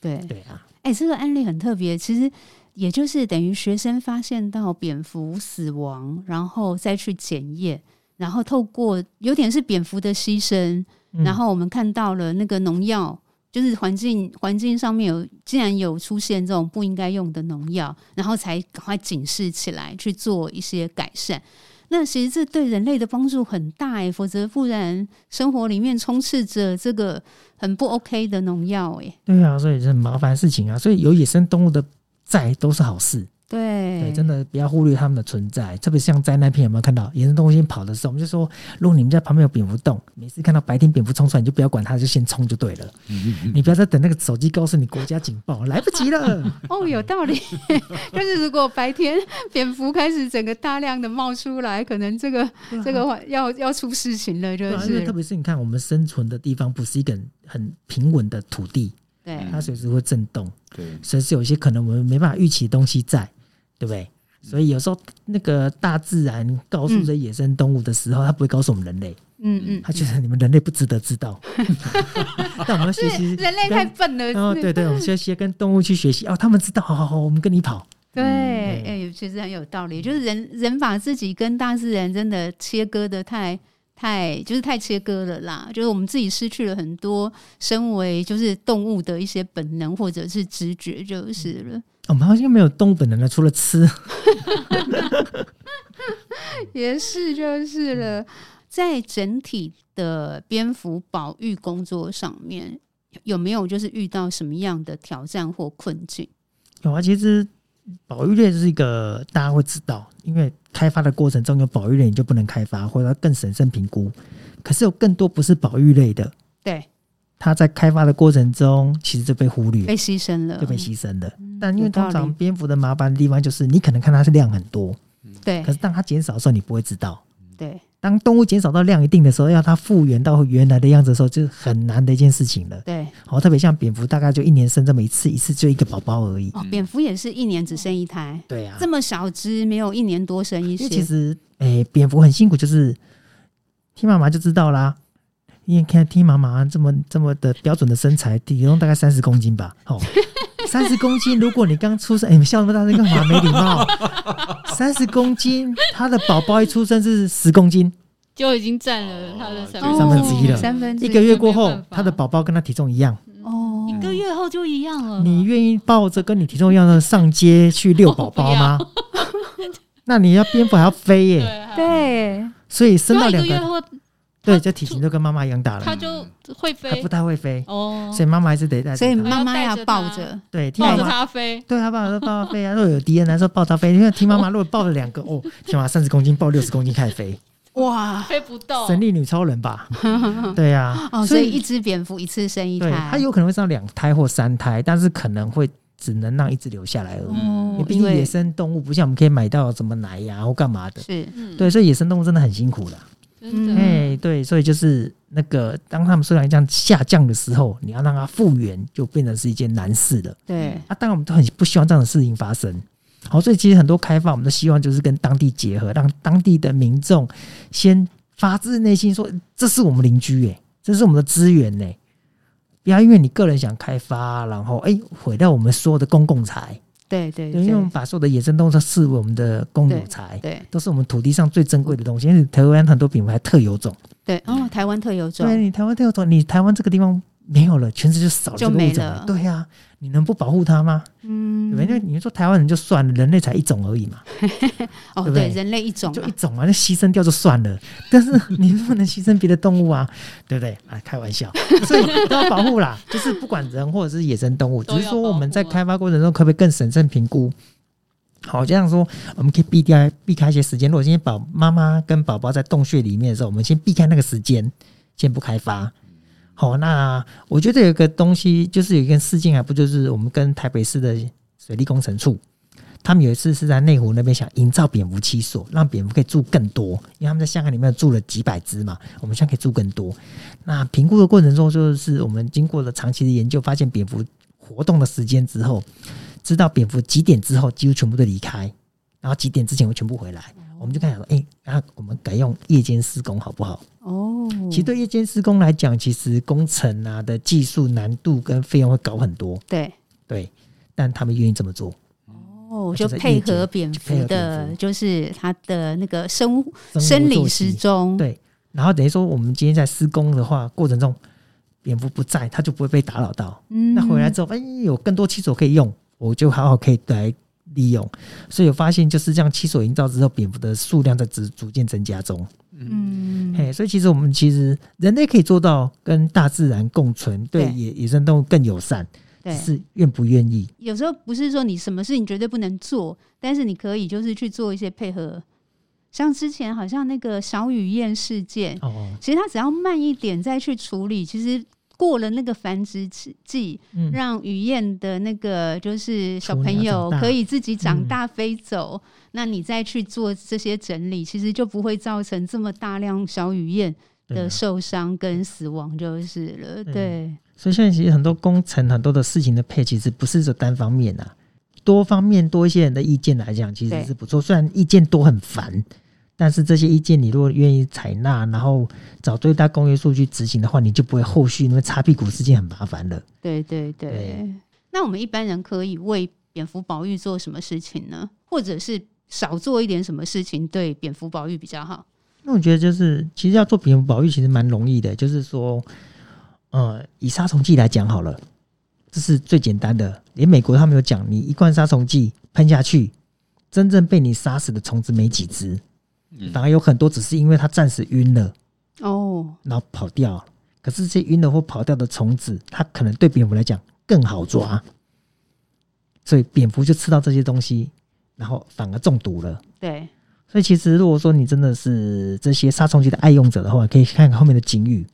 A: 对，
C: 对啊，
A: 哎、这个案例很特别，其实也就是等于学生发现到蝙蝠死亡，然后再去检验，然后透过有点是蝙蝠的牺牲，
C: 嗯
A: 然后我们看到了那个农药，就是环境环境上面有竟然有出现这种不应该用的农药，然后才赶快警示起来去做一些改善。那其实这对人类的帮助很大哎、否则不然生活里面充斥着这个很不 OK 的农药哎、
C: 对啊，所以是很麻烦的事情啊。所以有野生动物的在都是好事，
A: 对
C: 对，真的不要忽略它们的存在。特别像灾难片有没有看到野生动物先跑的时候，我们就说，如果你们家旁边有蝙蝠洞，每次看到白天蝙蝠冲出来，你就不要管它，就先冲就对了。你不要再等那个手机告诉你国家警报，来不及了。 *laughs*
A: 哦，有道理。 *laughs* 但是如果白天蝙蝠开始整个大量的冒出来，可能这个这个话要要出事情了，就
C: 啊对啊因为
A: 是
C: 特别是你看，我们生存的地方不是一个很很平稳的土地，
A: 对
D: 嗯
C: 它随时会震动， *laughs*
D: 对，
C: 随时有一些可能我们没办法预期的东西在，对不对？所以有时候那个大自然告诉这野生动物的时候，它不会告诉我们人类，
A: 嗯嗯，
C: 它觉得你们人类不值得知道。 *laughs* 但我们要学
A: 是
C: 习
A: 人类太笨了。
C: 嗯 *laughs* 哦，
A: 是
C: 对对，我们学习跟动物去学习哦，他们知道，好好好，我们跟你跑。
A: 对，哎、
C: 嗯
A: 其实很有道理，就是人人把自己跟大自然真的切割的太太，就是太切割了啦。就是我们自己失去了很多身为就是动物的一些本能或者是直觉，就是了。
C: 我们好像没有动物本能的，除了吃。
A: 也是就是
C: 嗯
A: 了，在整体的蝙蝠保育工作上面，有没有就是遇到什么样的挑战或困境？
C: 有啊，其实保育类是一个大家会知道，因为开发的过程中有保育类你就不能开发，或者要更审慎评估。可是有更多不是保育类的，
A: 对，
C: 它在开发的过程中其实就被忽略，
A: 被牺牲了
C: 就，被牺牲了。但因为
A: 有道
C: 通
A: 理
C: 常蝙蝠的麻烦的地方就是，你可能看它是量很多，
A: 对
C: 可是当它减少的时候，你不会知道。
A: 对
C: 当动物减少到量一定的时候，要它复原到原来的样子的时候，就是很难的一件事情了。
A: 对。
C: 好，特别像蝙蝠，大概就一年生这么一次，一次就一个宝宝而已。
A: 哦，蝙蝠也是一年只生一胎，
C: 对啊，
A: 这么小只，没有一年多生一
C: 因
A: 些
C: 为。其实，诶、蝙蝠很辛苦，就是听妈妈就知道啦。因为看听妈妈这么这么的标准的身材，体重大概三十公斤吧，
A: *laughs*
C: 哦，三十公斤。如果你刚出生，哎、你笑那么大声干嘛？没礼貌。三十公斤，他的宝宝一出生是十公斤，
B: 就已经占了他的三
D: 哦
C: 三分之一了
A: 三分之
C: 一个月过
B: 没
C: 后
B: 办，法
C: 他的宝宝跟他体重一样。
A: 哦，
B: 一个月后就一样了。
C: 你愿意抱着跟你体重一样的上街去遛宝宝吗？ *laughs* 那你要蝙蝠还要飞耶、
B: 哦对啊，
A: 对，
C: 所以生
B: 因
C: 到
B: 为一
C: 两
B: 个月
C: 个，嗯
B: 后
C: 对，这体型都跟妈妈一样大了。
B: 他就会
C: 它
B: 飞
C: 不太会飞，
B: 哦，
C: 所以妈妈还是得带着它。
A: 所以妈妈要
B: 还要带着它
A: 抱着，
C: 对，听
B: 抱
C: 妈
B: 着
C: 妈，
B: 他飞，
C: 对他爸爸抱它飞啊。如果有敌人来说抱它飞，因为听妈妈，如果抱了
B: *laughs*
C: 两个，哦，起码三十公斤抱六十公斤开始飞，
A: 哇，
B: 飞不动。
C: 神力女超
A: *laughs*
C: 人吧？对呀、
A: 哦，所以一只蝙蝠一次生一
C: 对，
A: 胎，
C: 它有可能会上两胎或三胎，但是可能会只能让一只留下来而已。
A: 哦
C: 你，嗯毕
A: 因
C: 竟野
A: 为
C: 生动物不像我们可以买到什么奶呀、或干嘛的。
A: 是嗯
B: 嗯，
C: 对，所以野生动物真的很辛苦的。
B: 真的。
C: 哎、对，所以就是那个，当它们数量这样下降的时候，你要让它复原，就变成是一件难事了。
A: 对
C: 啊，当然我们都很不希望这样的事情发生。好，所以其实很多开放，我们都希望就是跟当地结合，让当地的民众先发自内心说，这是我们邻居耶、这是我们的资源呢、不要因为你个人想开发，然后哎、毁掉我们所有的公共财。
A: 对对
C: 对，因为我们
A: 对
C: 把所有的野生动物都视为我们的公有
A: 对
C: 财，
A: 对
C: 都是我们土地上最珍贵的东西。因为台湾很多品牌特有种，
A: 对，哦，台湾特有种，
C: 嗯对啊你台湾特有种，你台湾这个地方没有了，全世界就少了
A: 就
C: 这个物
A: 没
C: 种
A: 了
C: 对呀、你能不保护它吗？
A: 嗯
C: 对不对？因为你说台湾人就算了，人类才一种而已嘛，
A: 哦，对
C: 对不对
A: 人类一种
C: 就
A: 啊
C: 一种嘛，那牺牲掉就算了。但是你不能牺牲别的动物啊，对不对？啊，开玩笑， *laughs* 所以都要保护啦。就是不管人或者是野生动物，只
B: 都要
C: 是说我们在
B: 保护啊
C: 开发过程中可不可以更审慎评估？好，这样说，我们可以避掉避开一些时间。如果今天宝妈妈跟宝宝在洞穴里面的时候，我们先避开那个时间，先不开发。好，那我觉得有一个东西，就是有一个事件啊，不就是我们跟台北市的水利工程处，他们有一次是在内湖那边想营造蝙蝠栖所，让蝙蝠可以住更多，因为他们在香港里面住了几百只嘛，我们现在可以住更多。那评估的过程中，就是我们经过了长期的研究，发现蝙蝠活动的时间之后，知道蝙蝠几点之后几乎全部都离开，然后几点之前会全部回来。
A: 哦
C: 我们就跟他讲说，哎、那我们改用夜间施工好不好？
A: 哦，
C: 其实对夜间施工来讲，其实工程啊的技术难度跟费用会高很多，
A: 对
C: 对，但他们愿意这么做。
A: 哦，
C: 就
A: 就
C: 在
A: 配
C: 夜间
A: 合蝙
C: 就配合
A: 蝠
C: 蝙
A: 的
C: 蝠，
A: 就是它的那个生物
C: 生物
A: 生
C: 作
A: 理
C: 息
A: 时钟，
C: 对然后等于说，我们今天在施工的话过程中，蝙蝠不在，它就不会被打扰到。
A: 嗯，
C: 那回来之后，哎，有更多七所可以用，我就好好可以来利用。所以我发现就是这样，七所营造之后，蝙蝠的数量在逐逐渐增加中。
A: 嗯，
C: 嘿，所以其实我们其实人类可以做到跟大自然共存，对
A: 对
C: 野野生动物更友善，只
A: 对，
C: 是愿不愿意。
A: 有时候不是说你什么事情绝对不能做，但是你可以就是去做一些配合，像之前好像那个小雨燕事件，
C: 哦，
A: 其实它只要慢一点再去处理，其实。过了那个繁殖期季，
C: 嗯，
A: 让雨燕的那个就是小
C: 雏
A: 朋友
C: 鸟长大嗯
A: 可以自己长大飞走，那你再去做这些整理，其实就不会造成这么大量小雨燕
C: 对啊
A: 的受伤跟死亡就是了。
C: 对
A: 对，
C: 所以现在其实很多工程、很多的事情的配，其实不是说单方面啊，多方面多一些人的意见来讲，其实
A: 对
C: 是不错。虽然意见多很烦，但是这些意见你如果愿意采纳，然后找最大公约数去执行的话，你就不会后续因为擦屁股事件很麻烦了。
A: 对对对。
C: 对
A: 那我们一般人可以为蝙蝠保育做什么事情呢？或者是少做一点什么事情对蝙蝠保育比较好？
C: 那我觉得就是，其实要做蝙蝠保育其实蛮容易的，就是说，呃，以杀虫剂来讲好了，这是最简单的。连美国他们有讲，你一罐杀虫剂喷下去，真正被你杀死的虫子没几只，
D: 嗯
C: 反而有很多只是因为它暂时晕了，
A: 哦，
C: 然后跑掉了。可是这些晕了或跑掉的虫子，它可能对蝙蝠来讲更好抓，所以蝙蝠就吃到这些东西，然后反而中毒了。
A: 对，
C: 所以其实如果说你真的是这些杀虫剂的爱用者的话，可以看看后面的警语。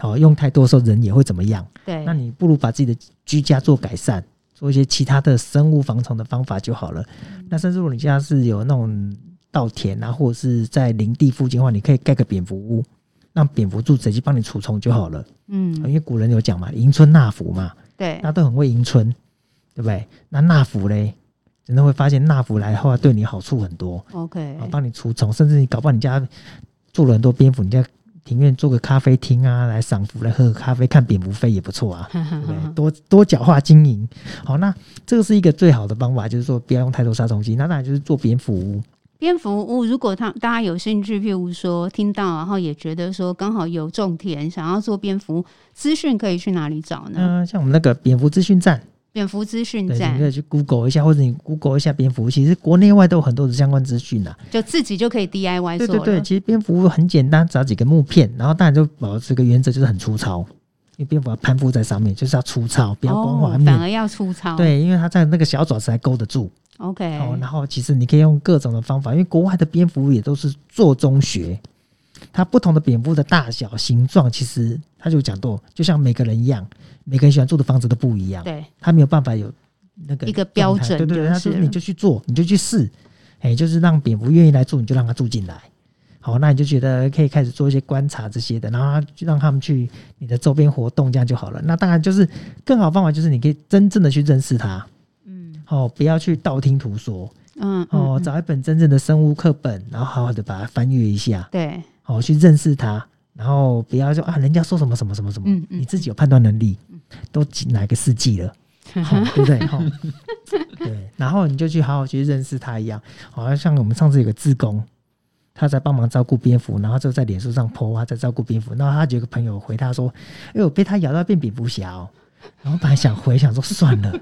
C: 好、用太多的时候人也会怎么样？
A: 对，
C: 那你不如把自己的居家做改善，做一些其他的生物防虫的方法就好了。
A: 嗯
C: 那甚至如果你家是有那种稻田啊，或者是在林地附近的话，你可以盖个蝙蝠屋，让蝙蝠住直接帮你除虫就好了。因
A: 嗯，
C: 为古人有讲嘛，迎春纳福嘛，
A: 对
C: 大，家都很会迎春，对不对？那纳福嘞，真的会发现纳福来的话，对你好处很多。
A: ，OK，
C: 啊，帮你除虫，甚至你搞不好你家做了很多蝙蝠，你家庭院做个咖啡厅啊，来赏福，来喝个咖啡，看蝙蝠飞也不
A: *laughs*
C: 错啊，对不对？多多角化经营，好，那这个是一个最好的方法，就是说不要用太多杀虫剂，那当然就是做蝙蝠屋，
A: 蝙蝠屋，如果他大家有兴趣，譬如说听到，然后也觉得说刚好有种田，想要做蝙蝠资讯，可以去哪里找呢？
C: 那、像我们那个蝙蝠资讯站，
A: 蝙蝠嗯资讯
C: 嗯对，你
A: 站
C: 可以去 Google 一下，或者你 Google 一下蝙蝠，其实国内外都有很多的相关资讯啊。
A: 就自己就可以 DIY
C: 对
A: 做
C: 对
A: 了。
C: 对，其实蝙蝠很简单，找几个木片，然后当然就保持一个原则，就是很粗糙，因为蝙蝠要攀附在上面，就是要粗糙，不要光滑
A: 哦，
C: 面。
A: 反而要粗糙。
C: 对，因为它在那个小爪子还勾得住。
A: ，OK，
C: 哦，然后其实你可以用各种的方法，因为国外的蝙蝠也都是做中学，它不同的蝙蝠的大小、形状，其实它就讲到，就像每个人一样，每个人喜欢住的房子都不一样，
A: 对，
C: 它没有办法有那个
A: 一个
C: 状
A: 标
C: 态
A: 准
C: 对对对，
A: 就
C: 它就是你就去做，你就去试，哎，就是让蝙蝠愿意来住，你就让它住进来。好，那你就觉得可以开始做一些观察这些的，然后就让他们去你的周边活动，这样就好了。那当然就是更好的方法，就是你可以真正的去认识它，
A: 嗯
C: 哦，不要去道听途说，
A: 嗯，
C: 哦，
A: 嗯
C: 找一本真正的生物课本，然后好好的把它翻阅一下，
A: 对，
C: 哦，去认识它，然后不要说啊，人家说什么什么什么什么，
A: 嗯嗯嗯
C: 你自己有判断能力，都几哪个世
A: *laughs*
C: 纪了，哦、对不对？哦对，然后你就去好好去认识它一样，好、像我们上次有个志工。他在帮忙照顾蝙蝠，然后就在脸书上 po 啊，在照顾蝙蝠。然后他有一个朋友回他说：“哎呦，被他咬到变蝙蝠侠哦。”然后本来想回，想说算
A: *laughs*
C: 了，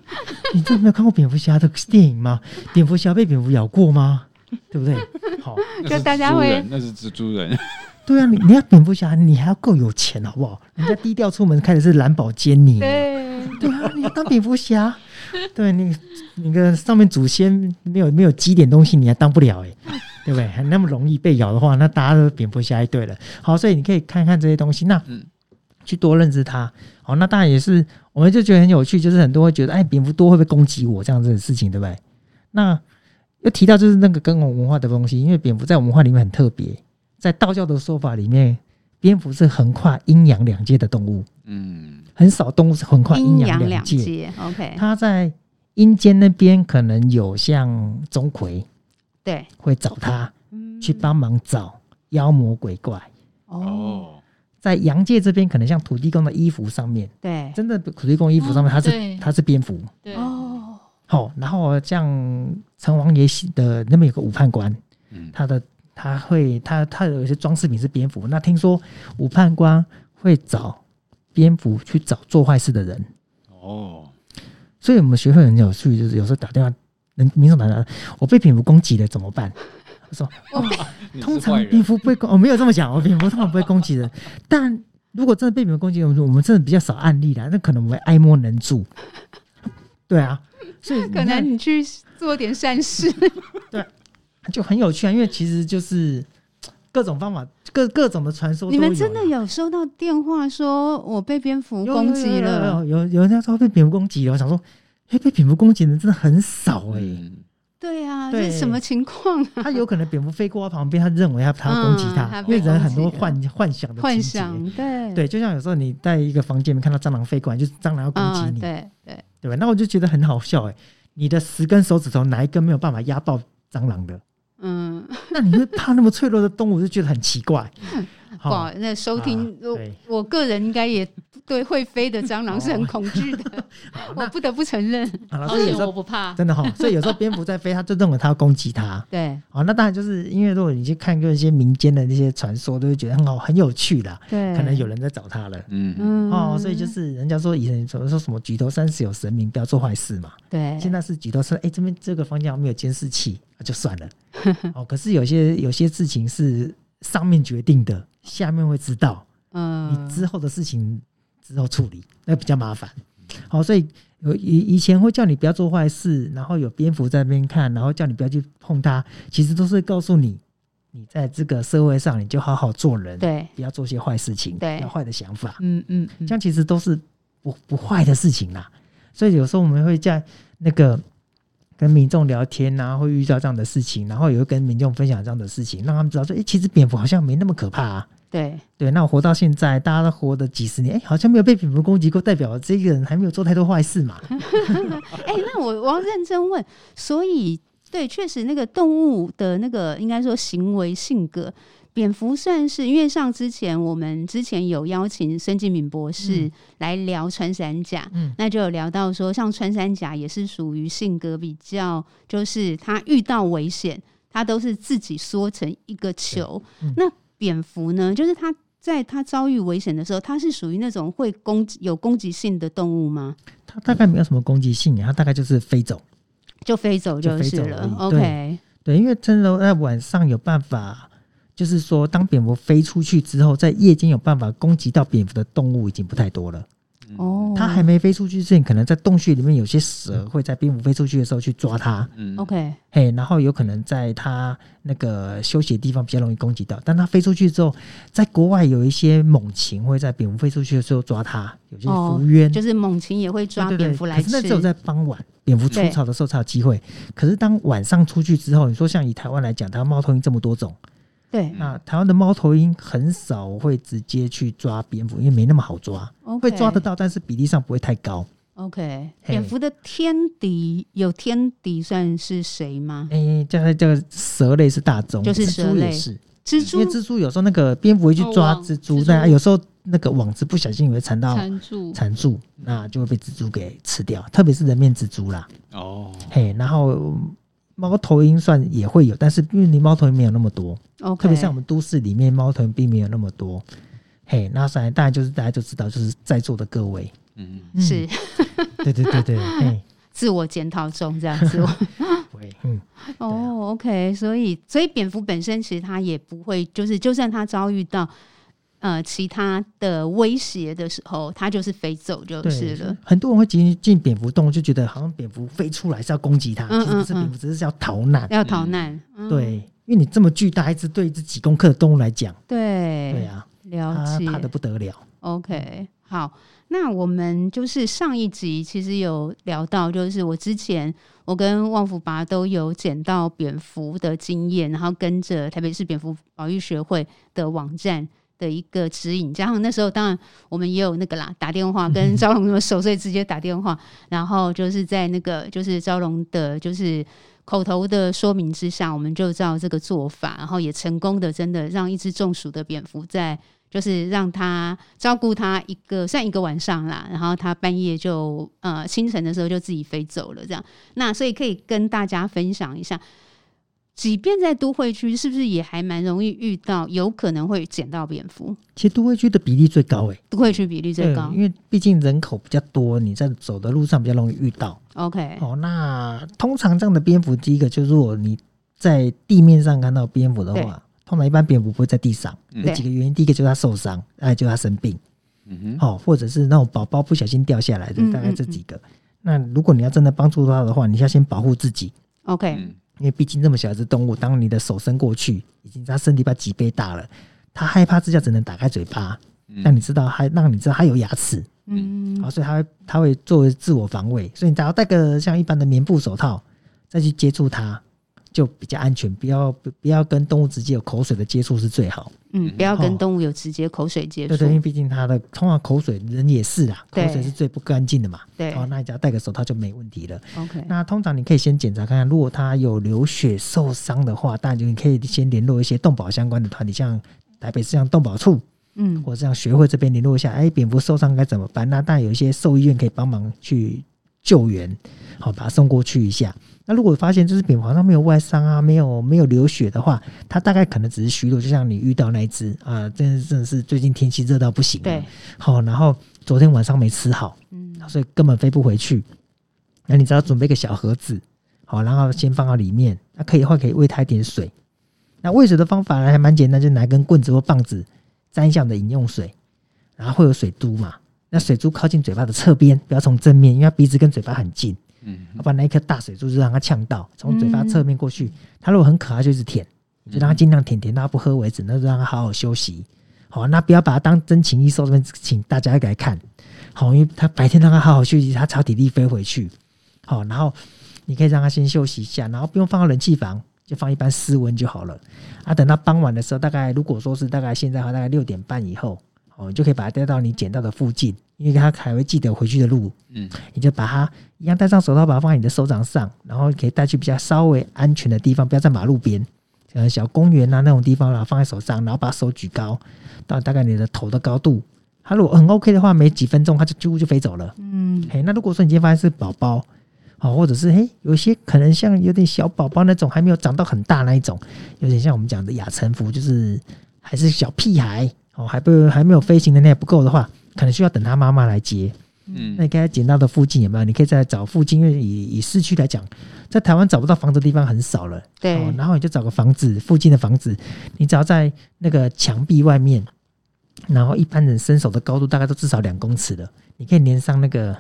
C: 你真的没有看过蝙蝠侠的电影吗？蝙蝠侠被蝙蝠咬过吗？对不对？好，
D: 那是
A: 大家
D: 蜘蛛
A: 会
D: 人那是蜘蛛人，
C: 对啊，你你要蝙蝠侠，你还要够有钱，好不好？人家低调出门开的是兰博基尼，
A: 对，
C: 对啊，你要当蝙蝠侠， *laughs* 对你你个上面祖先没有没有积点东西，你还当不了哎、对不对？还那么容易被咬的话，那大家都蝙蝠侠一对了。好，所以你可以看看这些东西，那
D: 嗯
C: 去多认识它。好，那当然也是，我们就觉得很有趣，就是很多会觉得，哎，蝙蝠多会不会攻击我这样子的事情，对不对？那又提到就是那个跟我们文化的东西，因为蝙蝠在我们文化里面很特别，在道教的说法里面，蝙蝠是横跨阴阳两界的动物，
D: 嗯，
C: 很少动物是横跨阴
A: 阴
C: 阳
A: 阳
C: 两
A: 两
C: 界。
A: 界，OK，
C: 它在阴间那边可能有像钟馗
A: 对，
C: 会找他
A: 嗯
C: 去帮忙找妖魔鬼怪，
A: 哦，
D: 哦，
C: 在阳界这边可能像土地公的衣服上面，
A: 对，
C: 真的土地公衣服上面
B: 哦
C: 它是
B: 对
C: 它是蝙蝠。
B: 对，
A: 哦，
C: 好、然后像城隍爷的那边有个武判官，
D: 嗯，
C: 他的他会他他有一些装饰品是蝙蝠。那听说武判官会找蝙蝠去找做坏事的人，
D: 哦，
C: 所以我们学会很有趣，就是有时候打电话，人民众打电话，我被蝙蝠攻击了怎么办？我说
D: 你
C: 通
D: 是
C: 常
D: 坏
C: 蝙
D: 人，
C: 蝠不会攻，我、没有这么讲，我蝙蝠通常不会攻击人，但如果真的被蝙蝠攻击，我们我们真的比较少案例啦，那可能我们会爱莫能助。
A: *laughs*
C: 对啊，所以你
A: 可
C: 看
A: 能你去做点善
C: *laughs*
A: 事，
C: 就很有趣啊，因为其实就是各种方法，各各种的传说
A: 你
C: 都有啦。啊
A: 们真的有收到电话说我被蝙蝠
C: 有
A: 攻击了？
C: 有有有有人家说被蝙蝠攻击了，我想说，哎、被蝙蝠攻击的人真的很少哎、
D: 嗯，
A: 对啊，
C: 对
A: 这是什么情况 *laughs* 啊？
C: 他有可能蝙蝠飞过他旁边，他认为他他要攻击他，
A: 嗯
C: 因为人很多
A: 他被攻
C: 幻幻想的
A: 幻
C: 情节
A: 想，对
C: 对，就像有时候你在一个房间里面看到蟑螂飞过来，就是蟑螂要攻击
A: 啊，
C: 你，
A: 对对，
C: 对吧？那我就觉得很好笑哎、你的十根手指头哪一根没有办法压爆蟑螂
A: *laughs*
C: 的？
A: 嗯，
C: 那你会怕那么脆弱的动物，就觉得很奇怪。
A: 不好，那收听
C: 啊
A: 我
C: 对哦
A: 我个人应该也对会飞的蟑螂是很恐惧的， *laughs* 我不得不承
C: *laughs*
A: 认。
C: 好了，
B: 好
C: 所以有
B: 险
C: 时
B: 我
C: 候
B: 不怕。
C: 真的
A: *laughs*
C: 哈、所以有时候蝙蝠在飞，他就认为他要攻击他。
A: 对
C: 哦，那当然就是因为如果你去看过一些民间的那些传说，都会觉得很好很有趣啦。
A: 对，
C: 可能有人在找他了。
D: 嗯，
A: 嗯
C: 哦，所以就是人家说以前说说什么举头三尺有神明，不要做坏事嘛。
A: 对，
C: 现在是举头三，哎、这边这个房间好像没有监视器，啊、
A: *laughs*
C: 就算了。哦，可是有些有些事情是上面决定的，下面会知道，
A: 嗯
C: 你之后的事情之后处理，那比较麻烦。好、所以有以以前会叫你不要做坏事，然后有蝙蝠在那边看，然后叫你不要去碰它，其实都是告诉你，你在这个社会上你就好好做人，
A: 对，
C: 不要做些坏事情，不
A: 对
C: 要坏的想法，
A: 嗯嗯，嗯
C: 这样其实都是不不坏的事情啦。所以有时候我们会在那个。跟民众聊天啊，会遇到这样的事情，然后也会跟民众分享这样的事情，让他们知道说，哎、其实蝙蝠好像没那么可怕啊。
A: 对
C: 对，那我活到现在，大家都活的几十年，哎、好像没有被蝙蝠攻击过，代表这个人还没有做太多坏事嘛。
A: 哎、那我我要认真问，所以对，确实那个动物的那个应该说行为性格，蝙蝠算是因为像之前我们之前有邀请孙敬敏博士
C: 嗯
A: 来聊穿山甲。
C: 嗯，
A: 那就有聊到说，像穿山甲也是属于性格比较，就是它遇到危险，它都是自己缩成一个球。
C: 对嗯
A: 那蝙蝠呢，就是它在它遭遇危险的时候，它是属于那种会攻击有攻击性的动物吗？
C: 他大概没有什么攻击性，他大概就是飞走。
A: 就飞走
C: 就
A: 就
C: 飞
A: 是
C: 走而
A: 了
C: 已。
A: OK，
C: 对，因为真的在晚上有办法，就是说，当蝙蝠飞出去之后，在夜间有办法攻击到蝙蝠的动物已经不太多了。
D: 嗯，
A: 哦，
C: 它还没飞出去之前，可能在洞穴里面有些
A: 嗯
C: 蛇会在蝙蝠飞出去的时候去抓它，
D: 嗯
A: OK，
C: 嘿，然后有可能在它那个休息的地方比较容易攻击到。但它飞出去之后，在国外有一些猛禽会在蝙蝠飞出去的时候抓它，有些
A: 哦
C: 蝠鸢、
A: 就是猛禽也会抓
C: 对对对
A: 蝙蝠来
C: 可是
A: 吃
C: 那只有，在傍晚，蝙蝠出
A: 对
C: 巢的时候才有机会。可是当晚上出去之后，你说像以台湾来讲，它猫头鹰这么多种，
A: 对
C: 那台湾的猫头鹰很少会直接去抓蝙蝠，因为没那么好抓，
A: ，OK，
C: 会抓得到，但是比例上不会太高。
A: OK，
C: 嘿
A: 蝙蝠的天敌有天敌算是谁吗？
C: 诶，哎这个这个蛇类是大宗，
A: 就是
C: 蜘
A: 蛇
C: 蛛
A: 类
C: 也是，
A: 蜘
C: 因为
A: 蛛
C: 蜘蛛有时候那个蝙蝠会去
B: 哦
C: 抓
B: 网
C: 蜘
B: 蜘
C: 蛛，
B: 蛛
C: 但有时候那个网子不小心也会缠到
B: 缠住，
C: 缠住，那就会被蜘蛛给吃掉，特别是人面蜘蛛啦。
D: 哦，
C: 嘿，然后嗯猫头鹰算也会有，但是因为你猫头鹰没有那么多，
A: ，OK，
C: 特别像我们都市里面猫头鹰并没有那么多。嘿，那当然，大家就是大家就知道，就是在座的各位，
D: 嗯，
C: 嗯
A: 是
C: 对对对对，嘿，
A: 自我检讨中这
C: *laughs*
A: 样子。我
C: 喂，嗯，
A: 哦，OK，所以所以蝙蝠本身其实它也不会，就是就算它遭遇到呃其他的威胁的时候，它就是飞走就
C: 对，
A: 是了。
C: 很多人会进进蝙蝠洞，就觉得好像蝙蝠飞出来是要攻击它，
A: 嗯
C: 其实不是
A: 嗯嗯
C: 蝙蝠，只是要逃难。
A: 要逃难，嗯
C: 对，因为你这么巨大一只，对一只几公克的动物来讲，
A: 对
C: 对啊，
A: 了
C: 它
A: 解，
C: 怕的不得了。
A: OK，好，那我们就是上一集其实有聊到，就是我之前我跟旺福拔都有捡到蝙蝠的经验，然后跟着台北市蝙蝠保育学会的网站。的一个指引，加上那时候当然我们也有那个啦，打电话跟招龙那么熟，所以直接打电话，然后就是在那个就是招龙的，就是口头的说明之下，我们就照这个做法，然后也成功的真的让一只中暑的蝙蝠在。就是让它照顾它一个算一个晚上啦，然后它半夜就呃清晨的时候就自己飞走了，这样。那所以可以跟大家分享一下，即便在都会区，是不是也还蛮容易遇到，有可能会捡到蝙蝠？
C: 其实都会区的比例最高诶、
A: 都会区比率最
C: 对
A: 高
C: 因。为毕竟人口比较多，你在走的路上比较容易遇到。
A: OK，
C: 哦，那通常这样的蝙蝠，第一个就是如果你在地面上看到蝙蝠的
A: 对
C: 话，通常一般蝙蝠不会在地上，
D: 嗯
C: 有几个原因，第一个就是它受伤，哎，就是它生病，
D: 嗯哼，
C: 哦，或者是那种宝宝不小心掉下来的
A: 嗯，
C: 大概这几个。那如果你要真的帮助它的话，你要先保护自己，
A: OK，
D: 嗯
C: 因为毕竟这么小一只动物，当你的手伸过去，已经它身体把几倍大了，它害怕之下只能打开嘴巴，
D: 嗯
C: 让你知道它，让你知道它有牙齿，
A: 嗯
C: 啊，所以它会它会作为自我防卫，所以你只要戴个像一般的棉布手套再去接触它，就比较安全，不要不不要跟动物直接有口水的接触是最好。
A: 嗯，不要跟
C: 哦
A: 动物有直接口水接
C: 对
A: 触。
C: 对，因为毕竟它的通常口水人也是啦，口
A: 对
C: 水是最不干净的嘛。
A: 对
C: 哦，那你只要戴个手套就没问题了。
A: OK，
C: 那通常你可以先检查看看，如果它有流血受伤的话，当然就你可以先联络一些动保相关的团体，像台北市像动保处
A: 嗯
C: 或者像学会这边联络一下，哎，蝙蝠受伤该怎么办？那当然有一些兽医院可以帮忙去救援，好把它送过去一下。那如果发现就是蝙蝠好像没有外伤啊，没有没有流血的话，它大概可能只是虚弱，就像你遇到那一只啊，真的真的是最近天气热到不行啊了，
A: 对，
C: 好、然后昨天晚上没吃好，
A: 嗯
C: 所以根本飞不回去。那你只要准备一个小盒子，好，然后先放到里面。那可以的话，可以喂它一点水。那喂水的方法呢，还蛮简单，就拿根棍子或棒子沾一下我们的饮用水，然后会有水珠嘛。那水珠靠近嘴巴的侧边，不要从正面，因为它鼻子跟嘴巴很近，
D: 嗯哼
C: 要不然那一颗大水珠就让它呛到，从嘴巴侧面过去。它如果很渴，它就一直舔，就让它尽量舔舔到它不喝为止，那就让它好好休息。好，那不要把它当真情异兽，这边请大家来看。好，因为它白天让它好好休息，它超体力飞回去。好，然后你可以让它先休息一下，然后不用放到冷气房，就放一般室温就好了。啊，等到傍晚的时候，大概如果说是大概现在的话，大概六点半以后，哦，你就可以把它带到你捡到的附近，因为它还会记得回去的路，
D: 嗯，
C: 你就把它一样戴上手套，把它放在你的手掌上，然后可以带去比较稍微安全的地方，不要在马路边。呃，小公园啊那种地方啦，放在手上，然后把手举高到大概你的头的高度。它如果很 OK 的话，没几分钟它就几乎就飞走了。
A: 嗯
C: 嘿，那如果说你今天发现是宝宝，哦，或者是嘿，有些可能像有点小宝宝那种，还没有长到很大那一种，有点像我们讲的亚成服，就是还是小屁孩哦，还不还没有飞行能力还不够的话，可能需要等他妈妈来接。那
D: 嗯
C: 你刚才捡到的附近有没有？你可以再找附近，因为以以市区来讲，在台湾找不到房子的地方很少了。
A: 对
C: 哦，然后你就找个房子附近的房子，你只要在那个墙壁外面，然后一般人伸手的高度大概都至少两公尺了，你可以连上那个，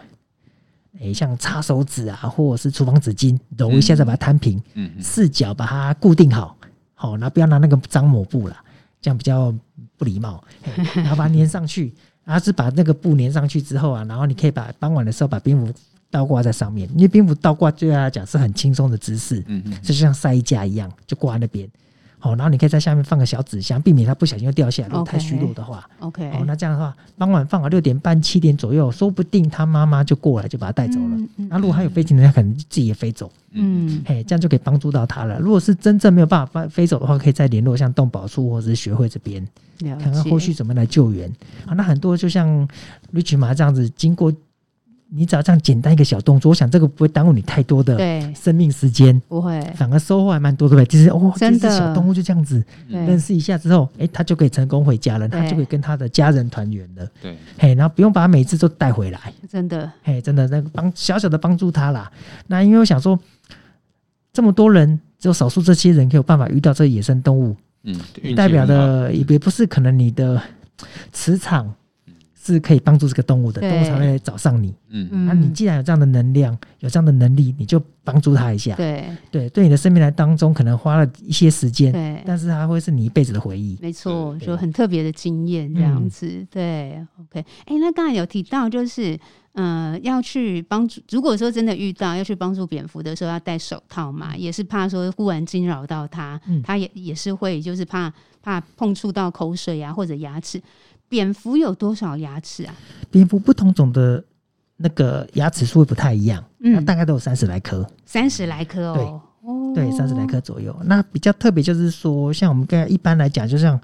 C: 诶、像擦手纸啊，或者是厨房纸巾，揉一下再把它摊平，
D: 嗯哼
C: 四角把它固定好，好、然后不要拿那个脏抹布啦，这样比较不礼貌，嘿然后把它粘上去，然后是把那个布粘上去之后啊，然后你可以把傍晚的时候把蝙蝠倒挂在上面，因为蝙蝠倒挂对他来讲是很轻松的姿势，
D: 嗯哼，
C: 就像晒衣架一样，就挂在那边。好、然后你可以在下面放个小纸箱，避免它不小心又掉下来。如果
A: OK
C: 太虚弱的话，
A: ，OK，
C: 哦，那这样的话，傍晚放好六点半、七点左右，说不定它妈妈就过来就把它带走了。
A: 嗯
C: 那、如果它有飞行能力，它可能自己也飞走，
A: 嗯
C: 嘿，这样就可以帮助到它了。如果是真正没有办法飞走的话，可以再联络像动保处或者是学会这边，
A: 了
C: 看看
A: 解
C: 后续怎么来救援。啊，那很多就像 Rich 妈这样子，经过你只要这样简单一个小动作，我想这个不会耽误你太多的
A: 对
C: 生命时间。
A: 不会
C: 反而收获还蛮多，对不对？其实哦，这
A: 真的
C: 只小动物就这样子认
A: 对
C: 识一下之后，哎，它就可以成功回家了，
A: 对
C: 它就可以跟它的家人团圆了。
D: 对，
C: 嘿，然后不用把它每次都带回来，
A: 真的
C: 嘿，真的那个帮小小的帮助它啦。那因为我想说，这么多人，只有少数这些人可以有办法遇到这野生动物，
D: 嗯，运气
C: 代表
D: 很好
C: 的也也不是可能你的磁场是可以帮助这个动物的，
A: 嗯对
C: 动物才会来找上你。
D: 嗯
A: 嗯
C: 那你既然有这样的能量，有这样的能力，你就帮助它一下。
A: 对
C: 对，对你的生命来当中可能花了一些时间，
A: 对。
C: 但是它会是你一辈子的回忆。
A: 没错，
C: 对嗯
A: 就很特别的经验这样子。对，OK，哎、那刚才有提到就是，呃，要去帮助，如果说真的遇到要去帮助蝙蝠的时候，要戴手套嘛，也是怕说忽然惊扰到它，
C: 嗯
A: 它也也是会就是怕怕碰触到口水啊或者牙齿。蝙蝠有多少牙齿啊？
C: 蝙蝠不同种的那个牙齿数会不太一样，那
A: 嗯，
C: 大概都有三十来颗，
A: 三十来颗哦。哦
C: 对，三十来颗左右。那比较特别就是说，像我们刚才一般来讲，就像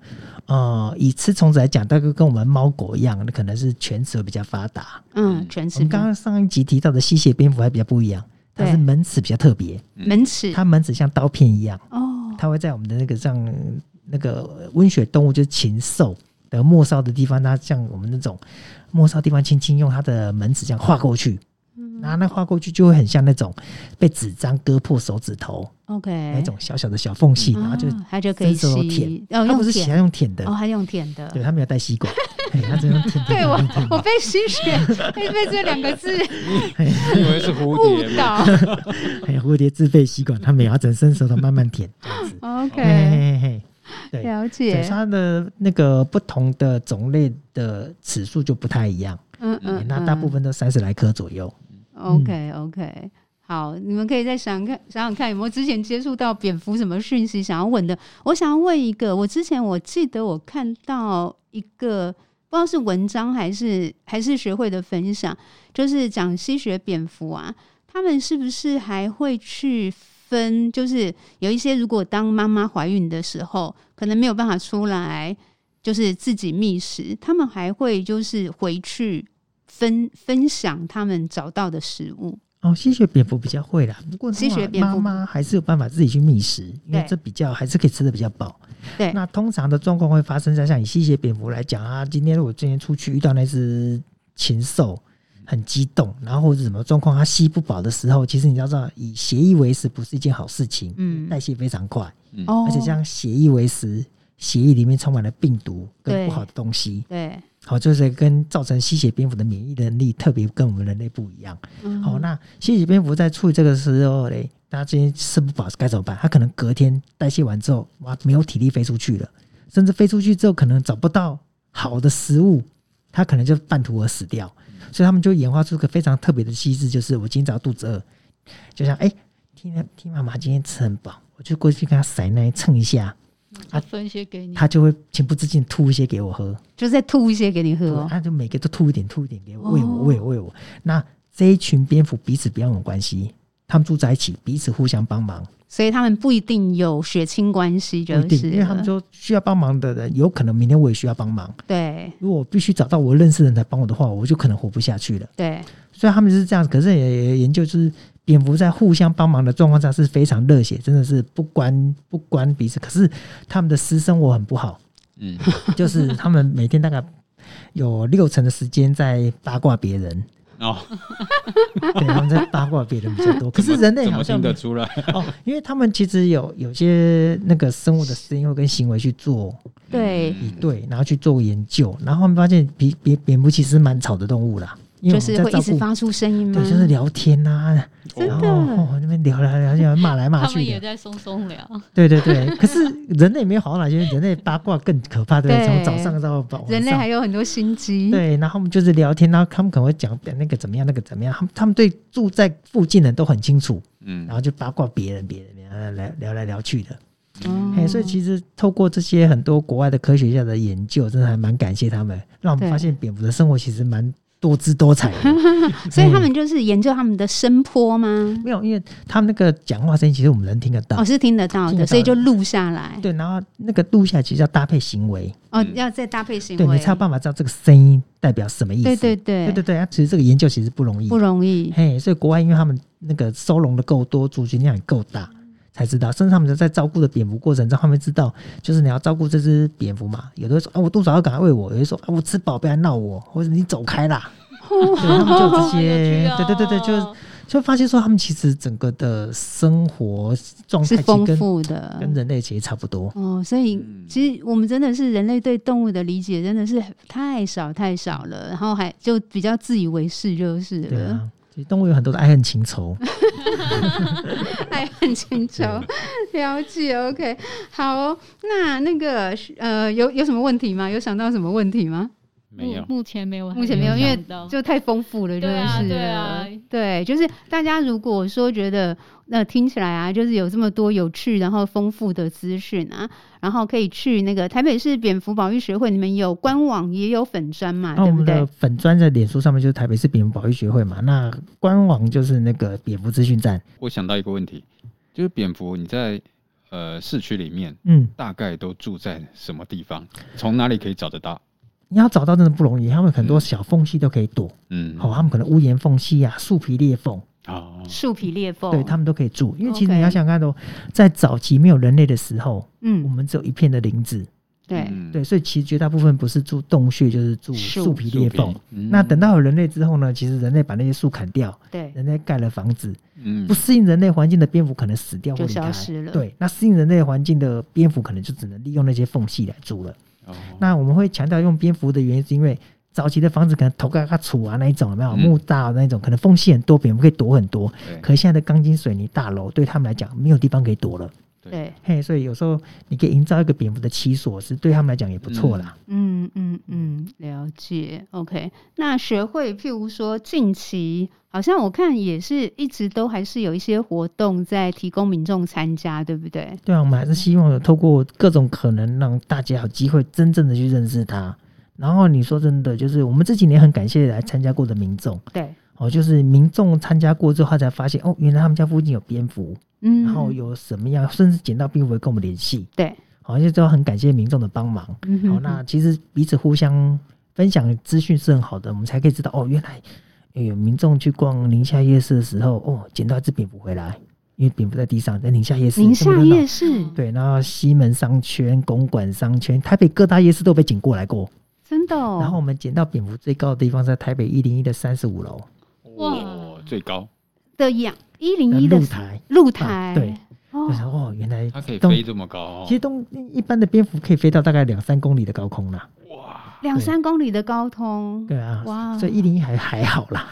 C: 呃，以吃虫子来讲，大概跟我们猫狗一样，那可能是全齿比较发达。
A: 嗯，全
C: 我
A: 齿
C: 们刚刚上一集提到的吸血蝙蝠还比较不一样，它
A: 对
C: 是门齿比较特别，
A: 门齿
C: 它门齿像刀片一样，
A: 哦，
C: 它会在我们的那个像那个温血动物就是禽兽的末梢的地方，它像我们那种末梢地方轻轻用它的门齿这样划过去，
A: 嗯
C: 然后那划过去就会很像那种被纸张割破手指头
A: OK，
C: 那种小小的小缝隙，然后就
A: 啊它就可以
C: 伸手
A: 吸
C: 舔，
A: 哦，
C: 它不
A: 用
C: 是洗，它
A: 舔
C: 用舔的
A: 哦，，它用舔的，
C: 对，它没有带吸
A: *laughs*
C: 管，嘿它只用舔的。
A: 对我， *laughs* 我被吸血，被被这两个字
D: 你以为是蝴
A: 误
D: 蝶吗？
A: 导。。
C: 还哎有蝴蝶自备吸管，它没有，它只能伸舌头慢慢舔这样子
A: OK，
C: *laughs* 嘿嘿嘿，对
A: 了
C: 对，
A: 解。
C: 它的那个不同的种类的齿数就不太一样，
A: 嗯嗯，
C: 那大部
A: 分
C: 分都三十来颗左右。
A: OK OK。好，你们可以再想看想想看有没有之前接触到蝙蝠什么讯息想要问的。我想要问一个，我之前我记得我看到一个不知道是文章还是还是学会的分享，就是讲吸血蝙蝠啊，他们是不是还会去分？就是有一些如果当妈妈怀孕的时候，可能没有办法出来，就是自己觅食，他们还会就是回去分分享他们找到的食物。
C: 哦，吸血蝙蝠比较会啦，不过
A: 吸血蝙
C: 妈
A: 蝠
C: 妈还是有办法自己去觅食，因为
A: 对
C: 这比较还是可以吃的比较饱。
A: 对
C: 那通常的状况会发生在像以吸血蝙蝠来讲啊，今天如果今天出去遇到那只禽兽。很激动，然后或者什么状况，它吸不饱的时候，其实你要知道，以血液为食不是一件好事情，
A: 嗯
C: 代谢非常快，
A: 哦
C: 嗯而且像血液为食，血液里面充满了病毒
A: 对
C: 跟不好的东西，
A: 对，
C: 好、就是跟造成吸血蝙蝠的免疫能力特别跟我们人类不一样。
A: 嗯
C: 好、那吸血蝙蝠在处理这个时候嘞，大家今天吃不饱该怎么办？它可能隔天代谢完之后，哇，没有体力飞出去了，甚至飞出去之后可能找不到好的食物，它可能就半途而死掉。所以他们就研发出个非常特别的机制，就是我今天早上肚子饿，就像哎，听听妈妈今天吃很饱，我就过去跟她塞奶蹭一下，啊
B: 他分一些给你。
C: 她就会情不自禁吐一些给我喝。
A: 就再吐一些给你喝
C: 对，
A: 哦。
C: 他就每个都吐一点，吐一点给我，喂
A: 哦
C: 我，喂我，喂我。那这一群蝙蝠彼此不要有关系，他们住在一起，彼此互相帮忙，
A: 所以他们不一定有血亲关系，
C: 不
A: 就
C: 一定，
A: 是
C: 因为他们说需要帮忙的人，有可能明天我也需要帮忙。
A: 对
C: 如果我必须找到我认识的人来帮我的话，我就可能活不下去了。
A: 对
C: 所以他们就是这样，可是也也研究就是。蝙蝠在互相帮忙的状况下是非常热血，真的是不关不关彼此。可是他们的私生活很不好，
D: 嗯，
C: 就是他们每天大概有六成的时间在八卦别人，
D: 哦，
C: 对，他们在八卦别人比较
A: *laughs*
C: 多。可是人类
D: 怎
C: 好
D: 么听
C: 像
D: 得出来？
C: 哦，因为他们其实有有些那个生物的声音会跟行为去做
A: 对，
C: 比对，然后去做研究，然后他们发现比比蝙蝠其实蛮吵的动物啦，因为
A: 就
C: 我
A: 是
C: 们
A: 会一
C: 在照
A: 直
C: 顾。
A: 发出声音吗？
C: 对，就是聊天呐、
A: 真
C: 然
A: 的
C: 后哦那边聊来聊去，骂来骂
B: 他们
C: 去
B: 也
C: 的，
B: 在松松聊，
C: 对对对。可是人类没有好到哪去，人类八卦更可怕，对不对？
A: 对
C: 从早上到晚上，
A: 人类还有嗯很多心机。
C: 对，然后我们就是聊天，然后他们可能会讲哎那个怎么样，那个怎么样，他们他们对住在附近的人都很清楚，
D: 嗯
C: 然，后就八卦别人，别人别人来聊来聊去的。
A: 哦
C: 嘿，所以其实透过这些很多国外的科学家的研究，真的还蛮感谢他们，让我们
A: 对
C: 发现蝙蝠的生活其实蛮多姿多彩的。
A: *laughs*
C: 嗯
A: 所以他们就是研究他们的声波吗？
C: 没有，因为他们那个讲话声音，其实我们能听得到。
A: 哦，是听得到
C: 听得
A: 的，
C: 到
A: 所以就录下来。
C: 对，然后那个录下来其实要搭配行为，
A: 哦，
D: 嗯
A: 要再搭配行
C: 对
A: 为
C: 你，才有办法知道这个声音代表什么意思。
A: 对对
C: 对
A: 对
C: 对对啊，其实这个研究其实不容易
A: 不。容易。
C: 嘿，所以国外因为他们那个收容的够多，族群量也够大，才知道。甚至他们在照顾的蝙蝠过程中，他们知道，就是你要照顾这只蝙蝠嘛，有的会说啊，我肚子饿，赶快喂我；有的说啊，我吃饱，不要闹我，或者你走
A: *laughs*
C: 开啦。对，他们就
B: *laughs*
C: 有这
B: 啊
C: 些，
A: 啊
C: 对对对对，就就发现说，他们其实整个的生活状
A: 是
C: 态其实
A: 丰
C: 跟
A: 富的，
C: 跟人类其实差不多。
A: 哦，所以
D: 嗯
A: 其实我们真的是人类对动物的理解真的是太少太少了，然后还就比较自以为是就是
C: 对
A: 了，
C: 啊，其实动物有很多的爱恨情仇。
A: 还很
C: *laughs*
A: 清楚
C: 啊
A: 了解。OK，好哦、那那个呃，有有什么问题吗？有想到什么问题吗？
D: 没有
B: 目目前没有，
A: 目前没有因为
B: 想到
A: 就太丰富了，就
B: 对啊
A: 是
B: 对
A: 了
B: 啊
A: 对，就是大家如果说觉得那、听起来啊，就是有这么多有趣然后丰富的资讯啊，然后可以去那个台北市蝙蝠保育学会，你们有官网也有粉砖嘛，
C: 哦那我
A: 对不
C: 们的
A: 啊对？
C: 粉砖在脸书上面就是台北市蝙蝠保育学会嘛，那官网就是那个蝙蝠资讯站。
D: 我想到一个问题，就是蝙蝠你在呃市区里面
C: 嗯，
D: 大概都住在什么地方？从哪里可以找得到？
C: 你要找到真的不容易，他们很多小缝隙都可以躲，
D: 嗯，
C: 好、他们可能屋檐缝隙啊、树皮裂缝，
D: 好，
A: 树皮裂缝，
C: 对他们都可以住。因为其实
A: 哦 OK
C: 你要想看哦，在早期没有人类的时候，我
A: 嗯，
C: 们只有一片的林子，
A: 对，
D: 嗯
C: 对，所以其实绝大部分不是住洞穴，就是住
A: 树
C: 树皮裂缝
D: 树皮。嗯
C: 那等到有人类之后呢，其实人类把那些树砍掉，
A: 对，
C: 人类盖了房子，
D: 嗯
C: 不适应人类环境的蝙蝠可能死掉或
A: 就
C: 离
A: 消
C: 开。
A: 失了。
C: 对，那适应人类环境的蝙蝠可能就只能利用那些缝隙来住了。
D: 哦
C: 那我们会强调用蝙蝠的原因，是因为早期的房子可能头盖盖杵啊那一种，有没有
D: 嗯
C: 木栅啊那一种，可能缝隙很多，蝙蝠可以躲很多。
D: 对
C: 可是现在的钢筋水泥大楼对他们来讲没有地方可以躲了，
A: 对，
C: 嘿，所以有时候你可以营造一个蝙蝠的栖所，是对他们来讲也不错啦。
A: 嗯嗯嗯，了解。OK，那学会，譬如说近期好像我看也是一直都还是有一些活动在提供民众参加，对不对？
C: 对啊，我们还是希望有透过各种可能让大家有机会真正的去认识它。然后你说真的，就是我们这几年很感谢来参加过的民众
A: 对，
C: 哦，就是民众参加过之后，他才发现哦，原来他们家附近有蝙蝠，
A: 嗯，
C: 然后有什么样，甚至捡到蝙蝠会跟我们联系。
A: 对，
C: 好、哦，就都很感谢民众的帮忙。
A: 嗯
C: 好、
A: 哼
C: 那其实彼此互相分享资讯是很好的，我们才可以知道哦，原来呃有民众去逛宁夏夜市的时候，哦，捡到一只蝙蝠回来，因为蝙蝠在地上，在宁夏夜市
A: 哦宁
C: 这
A: 夏
C: 么热闹
A: 夜市
B: 嗯
C: 对，然后西门商圈、公馆商圈、台北各大夜市都被捡过来过。
A: 真的、哦，
C: 然后我们捡到蝙蝠最高的地方是在台北一零一的三十五楼
D: 哇，最高，
A: 的养一零
C: 的
A: 一的
C: 露台。
A: 露
C: 啊
A: 台，
C: 对，
A: 哦
C: 我，想哦，原来
D: 它可以
C: 东
D: 飞这么高哦
C: 其实，东一般的蝙蝠可以飞到大概两三公里的高空啦。
D: 哇，
A: 两三公里的高通，
C: 对啊，
A: 哇，
C: 所以一零一还还好啦。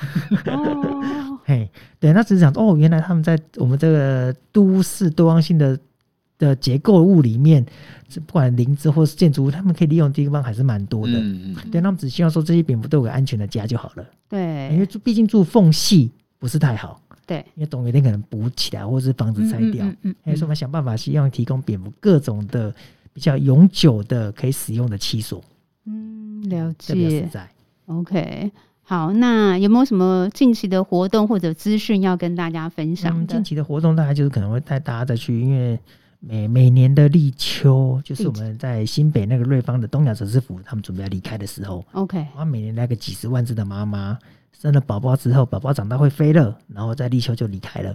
A: 哦，
C: 嘿，对，那只是讲哦，原来他们在我们这个都市多样性的的结构物里面，是不管林子或是建筑物，他们可以利用的地方还是蛮多的。
D: 嗯嗯
C: 对，那我们只希望说这些蝙蝠都有个安全的家就好了，因
A: 对
C: 为住毕竟住缝隙不是太好，
A: 对，
C: 因为总有一天可能补起来，或是房子拆掉。
A: 嗯嗯
C: 哎、所以我们想办法希望提供蝙蝠各种的比较永久的可以使用的栖所，
A: 嗯，了
C: 这比较实
A: 解
C: 在。
A: ，OK。好，那有没有什么近期的活动或者资讯要跟大家分
C: 我
A: 享
C: 们
A: 的
C: 嗯近？期的活动大概就是可能会带大家再去，因为每每年的立秋，就是我们在新北那个瑞芳的东亚折翅府，他们准备要离开的时候，
A: OK，
C: 然后每年来个几十万只的妈妈生了宝宝之后，宝宝长大会飞了，然后在立秋就离开了。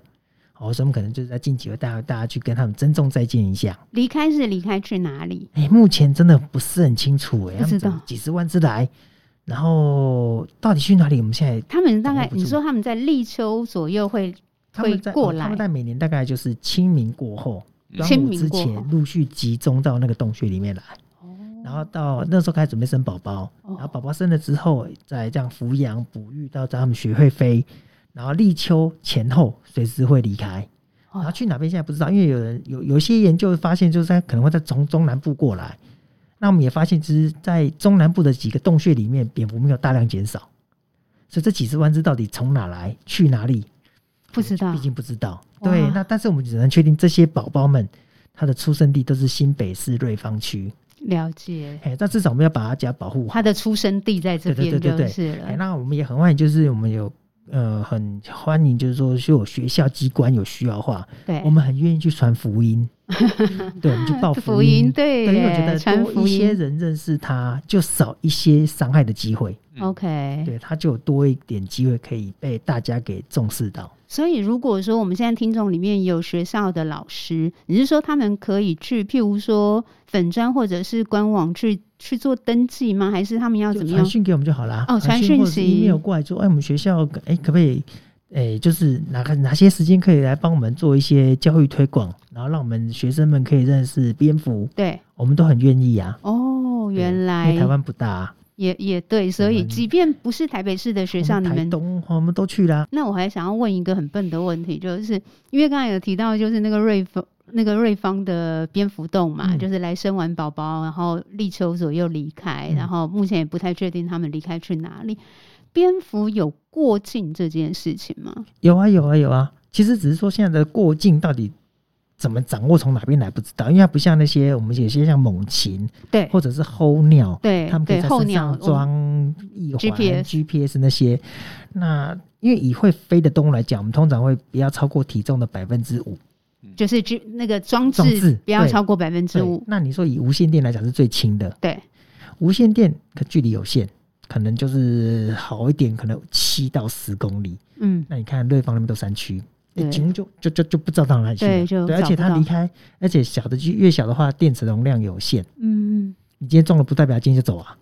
C: 哦，所以我们可能就是在近期会带大家去跟他们珍重再见一下。
A: 离开是离开去哪里？
C: 哎、目前真的不是很清楚哎、
A: 不
C: 他
A: 知
C: 们
A: 道
C: 怎么几十万只来，然后到底去哪里？我们现在
A: 他们大概
C: 掌握哦不住
A: 你说他们在立秋左右会
C: 他们
A: 会
C: 在
A: 过
C: 哦他
A: 来
C: 们在每年大概就是清明过后，端
A: 清
C: 午
A: 明
C: 之
A: 过后
C: 前陆续集中到那个洞穴里面来，然后到那时候开始准备生宝宝，
A: 哦
C: 然后宝宝生了之后再这样抚养哺育到他们学会飞，然后立秋前后随时会离开。
A: 哦
C: 然后去哪边现在不知道，因为有人有有一些研究发现，就是在可能会在从中南部过来。那我们也发现，其实，在中南部的几个洞穴里面，蝙蝠没有大量减少，所以这几十万只到底从哪来，去哪里，
A: 不知道
C: 毕，竟不知道。
A: 啊哇
C: 对，那但是我们只能确定这些宝宝们，它的出生地都是新北市瑞芳区。
A: 了解。
C: 哎，那至少我们要把它家保护好。
A: 他的出生地在这边
C: 对对对对
A: 就是
C: 哎，
A: 了。
C: 那我们也很欢迎，就是我们有呃很欢迎，就是说，如果学校机关有需要的话，
A: 对，
C: 我们很愿意去传
A: *laughs*
C: 福音。对，我们去报
A: 福
C: 音
A: 音。对
C: 对，因为我觉
A: 耶，
C: 得
A: 传
C: 多
A: 福
C: 一些
A: 音。
C: 人认识它，就少一些伤害的机会。
A: OK，
C: 对，它就有多一点机会可以被大家给重视到。
A: 所以如果说我们现在听众里面有学校的老师，你是说他们可以去，譬如说粉砖或者是官网去去做登记吗？还是他们要啊
C: 就
A: 怎么
C: 传
A: 样？
C: 讯给我们就好啦。
A: 哦传讯
C: 或者是
A: 息
C: email 过来说，哎，我们学校哎可不可以？哎，就是哪个哪些时间可以来帮我们做一些教育推广，然后让我们学生们可以认识蝙蝠，
A: 对，
C: 我们都很愿意啊。
A: 哦，原
C: 因为台
A: 来
C: 湾不大啊、
A: 也也对，所以
C: 们
A: 即便不是台北市的学校，
C: 我
A: 你
C: 台
A: 们
C: 东我们都去啦。
A: 那我还想要问一个很笨的问题，就是因为刚才有提到，就是那个瑞丰那个瑞芳的蝙蝠洞嘛，
C: 嗯
A: 就是来生完宝宝，然后立秋左右离开，
C: 嗯
A: 然后目前也不太确定他们离开去哪里。蝙蝠有过境这件事情吗？
C: 有啊，有啊，有啊。其实只是说现在的过境到底怎么掌握，从哪边来不知道，因为它不像那些我们有些像猛禽
A: 对
C: 或者是候鸟，
A: 对
C: 他们可以
A: 对，
C: 在
A: 候
C: 身
A: 鸟
C: 上装翼环、
A: GPS
C: GPS 那些。那因为以会飞的动物来讲，我们通常会不要超过体重的百分之五。
A: 嗯就是 G 那个装
C: 装置
A: 置不要
C: 对
A: 超过百分之
C: 对
A: 五，
C: 那你说以无线电来讲是最轻的，
A: 对，
C: 无线电可距离有限，可能就是好一点，可能七到十公里。
A: 嗯，
C: 那你看瑞芳那边都山区，
A: 对
C: 那几乎就就就就不知道到哪里去了
A: 对就
C: 而
A: 找
C: 且
A: 不
C: 它
A: 到
C: 离开，而且小的机越小的话，电池容量有限。
A: 嗯，
C: 你今天中了，不代表今天就走啊。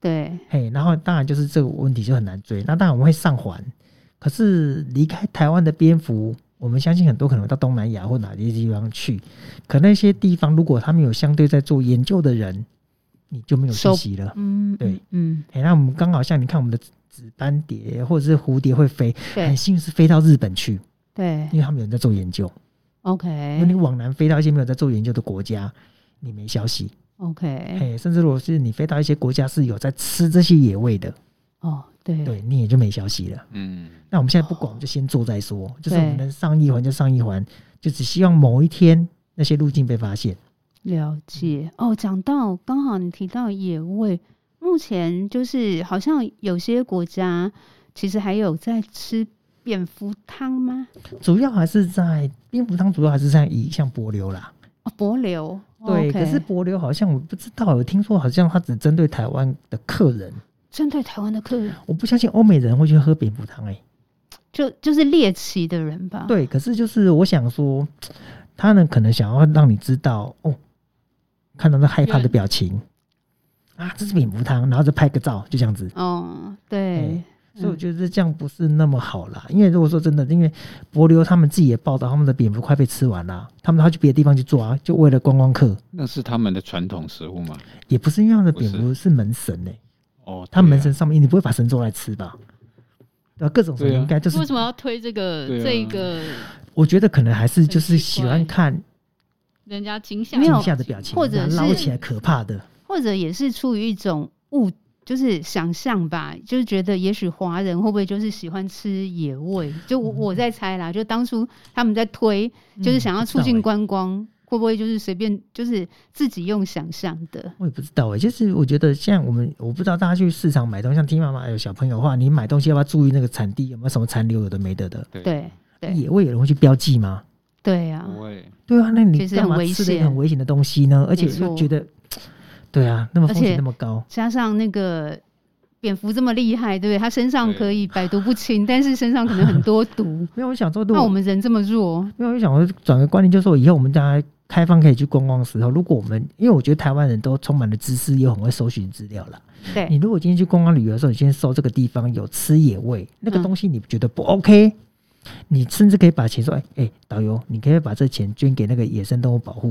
A: 对，
C: 嘿，然后当然就是这个问题就很难追。那当然我们会上环，可是离开台湾的蝙蝠，我们相信很多可能会到东南亚或哪些地方去。可那些地方如果他们有相对在做研究的人，你就没有信
A: 收
C: 息了。
A: 嗯，
C: 对
A: 嗯，
C: 嘿，那我们刚好像你看我们的紫斑蝶或者是蝴蝶会飞，
A: 嗯，
C: 很
A: 对
C: 幸运是飞到日本去，
A: 对
C: 因为他们有人在做研究。因为
A: ，OK
C: 你往南飞到一些没有在做研究的国家，你没消息。
A: OK，
C: 哎，甚至如果是你飞到一些国家是有在吃这些野味的，
A: 哦，对
C: 对你也就没消息了。
D: 嗯，
C: 那我们现在不管，我们就先做再说，就是我们
A: 对
C: 能上一环就上一环，就只希望某一天那些路径被发现。
A: 了解哦，讲到刚好你提到野味，目前就是好像有些国家其实还有在吃蝙蝠汤吗？
C: 主要还是在蝙蝠汤，主要还是在以像柏流啦。
A: 哦，柏流
C: 对
A: o
C: 可
A: k
C: 是柏流好像我不知道，我听说好像它只针对台湾的客人，
A: 针对台湾的客人，
C: 我不相信欧美人会去喝蝙蝠汤哎、
A: 就就是猎奇的人吧？，
C: 对，可是就是我想说，他呢可能想要让你知道哦，看到那害怕的表情啊，这是蝙蝠汤，然后就拍个照，就这样子。
A: 哦，对，
C: 所
A: 嗯
C: 以我觉得这样不是那么好啦，因为如果说真的，因为柏流他们自己也报道，他们的蝙蝠快被吃完啦，他们要去别的地方去抓，就为了观光客，
D: 那是他们的传统食物吗？
C: 也不是因为他们的
D: 不是
C: 蝙蝠是门神呢、
D: 哦，
C: 他们门
D: 对
C: 神
D: 啊
C: 上面你不会把神做来吃吧？对吧？各种神
D: 对啊
C: 应该
A: 嗯
C: 就是
B: 为什么要推这个、
D: 对啊
B: 这个
C: 我觉得可能还是就是
B: 很
C: 喜
B: 奇怪
C: 欢看
B: 人家惊吓
A: 没有
C: 惊吓的表情，
A: 或者
C: 然后捞
A: 是
C: 起来可怕的。
A: 或者也是出于一种误。就是想象吧，就是觉得也许华人会不会就是喜欢吃野味？就我我在猜啦，就当初他们在推
C: 嗯
A: 就是想要促进
C: 观。
A: 观光，会不会就是随便就是自己用想象的？
C: 我也不知道哎、就是我觉得像我们，我不知道大家去市场买东西，像听妈妈有小朋友的话，你买东西要不要注意那个产地有没有什么残留有的没的的？
D: 对
A: 对对
C: 野味有人会去标记吗？
A: 对啊，
D: 不会，
C: 对啊，那你
A: 其实
C: 干嘛
A: 很危
C: 吃的一个
A: 险
C: 很危险的东西呢？而且
A: 没错
C: 又觉得，对啊，那么风
A: 而
C: 险
A: 且
C: 那么高，。
A: 加上那个蝙蝠这么厉害，对不对？它身上
D: 对
A: 可
D: *laughs*
A: 以百毒不侵，但是身上可能很多毒
C: 没有我想 *laughs* 说，如
A: 那
C: 果
A: 我们人这么弱，
C: 没有我想说转个观念，就是说以后我们大家开放可以去观光的时候，如果我们因为我觉得台湾人都充满了知识，又很会搜寻资料了。
A: 对
C: 你如果今天去观光旅游的时候，你先搜这个地方有吃野味，那个
A: 嗯
C: 东西你觉得不 OK，、你甚至可以把钱说，哎、哎、导游，你可以把这钱捐给那个野生动物保护，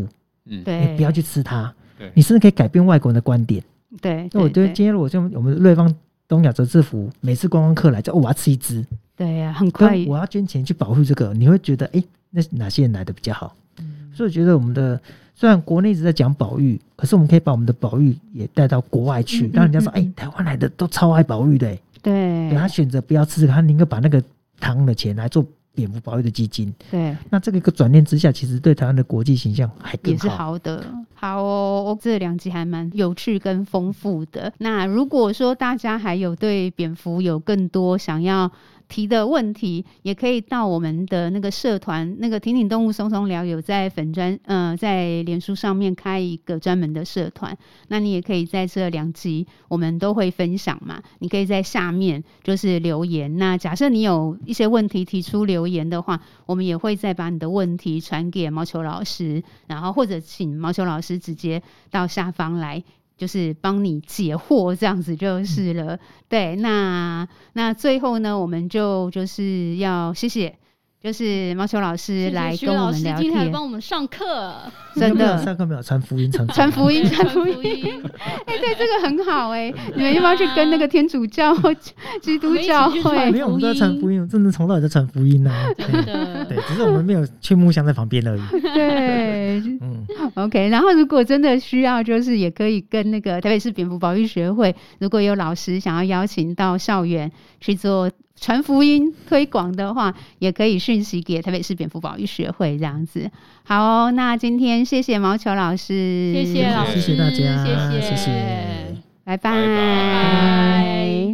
C: 你
D: 嗯，
A: 对，
C: 不要去吃它
D: 对。
C: 你甚至可以改变外国人的观点。
A: 对，
C: 那我觉
A: 对
C: 得今天如果像我们瑞芳东亚折制服，每次观光客来就、哦、我要吃一只，
A: 对呀、很快
C: 对，我要捐钱去保护这个，你会觉得哎、那哪些人来的比较好？
A: 嗯
C: 所以我觉得我们的虽然国内一直在讲保育，可是我们可以把我们的保育也带到国外去，
A: 嗯嗯
C: 让人家说
A: 嗯
C: 哎、台湾来的都超爱保育的、哎
A: 对
C: 对他选择不要吃这个，他宁可把那个汤的钱来做蝙蝠保育的基金。
A: 对。
C: 那这个一个转念之下，其实对台湾的国际形象还更
A: 也是好的。好哦，这两集还蛮有趣跟丰富的。那如果说大家还有对蝙蝠有更多想要提的问题，也可以到我们的那个社团，那个挺挺动物松松聊有在粉专呃在脸书上面开一个专门的社团，那你也可以在这两集我们都会分享嘛，你可以在下面就是留言。那假设你有一些问题提出留言的话，我们也会再把你的问题传给毛球老师，然后或者请毛球老师直接到下方来。就是帮你解惑这样子就是了，对。那那最后呢，我们就就是要谢谢，就是毛球老
B: 谢
A: 师
B: 谢
A: 来
B: 徐
A: 跟我
B: 老
A: 们
B: 师
A: 聊
B: 今天还
A: 天，
B: 帮我们上课，
A: 真
C: 你有没有
A: 的
C: 上课没有传福音，传
A: 传福音， *laughs*
B: *laughs* 对
A: 传福音。
B: 音，
A: 哎、对，这个很好哎、你们要不要去跟那个天主教、 *laughs* 基督教
B: *laughs* 我们一起去
A: 会
B: 传
C: 没有，我们都在传福音，真的从小在传福音呐、啊。
B: 真
C: 对
B: 的，
C: 对，只是我们没有去木箱在旁边而已。
A: 对
C: 嗯，
A: *laughs* OK，然后如果真的需要，就是也可以跟那个台北市蝙蝠保育学会，如果有老师想要邀请到校园去做传福音推广的话，也可以讯息给台北市蝙蝠保育学会这样子。好哦、那今天谢谢毛球老师，
C: 嗯
B: 谢谢老
D: 谢
B: 师，
C: 谢大家
B: 谢
C: 谢谢
A: 拜拜
D: 拜
B: 拜。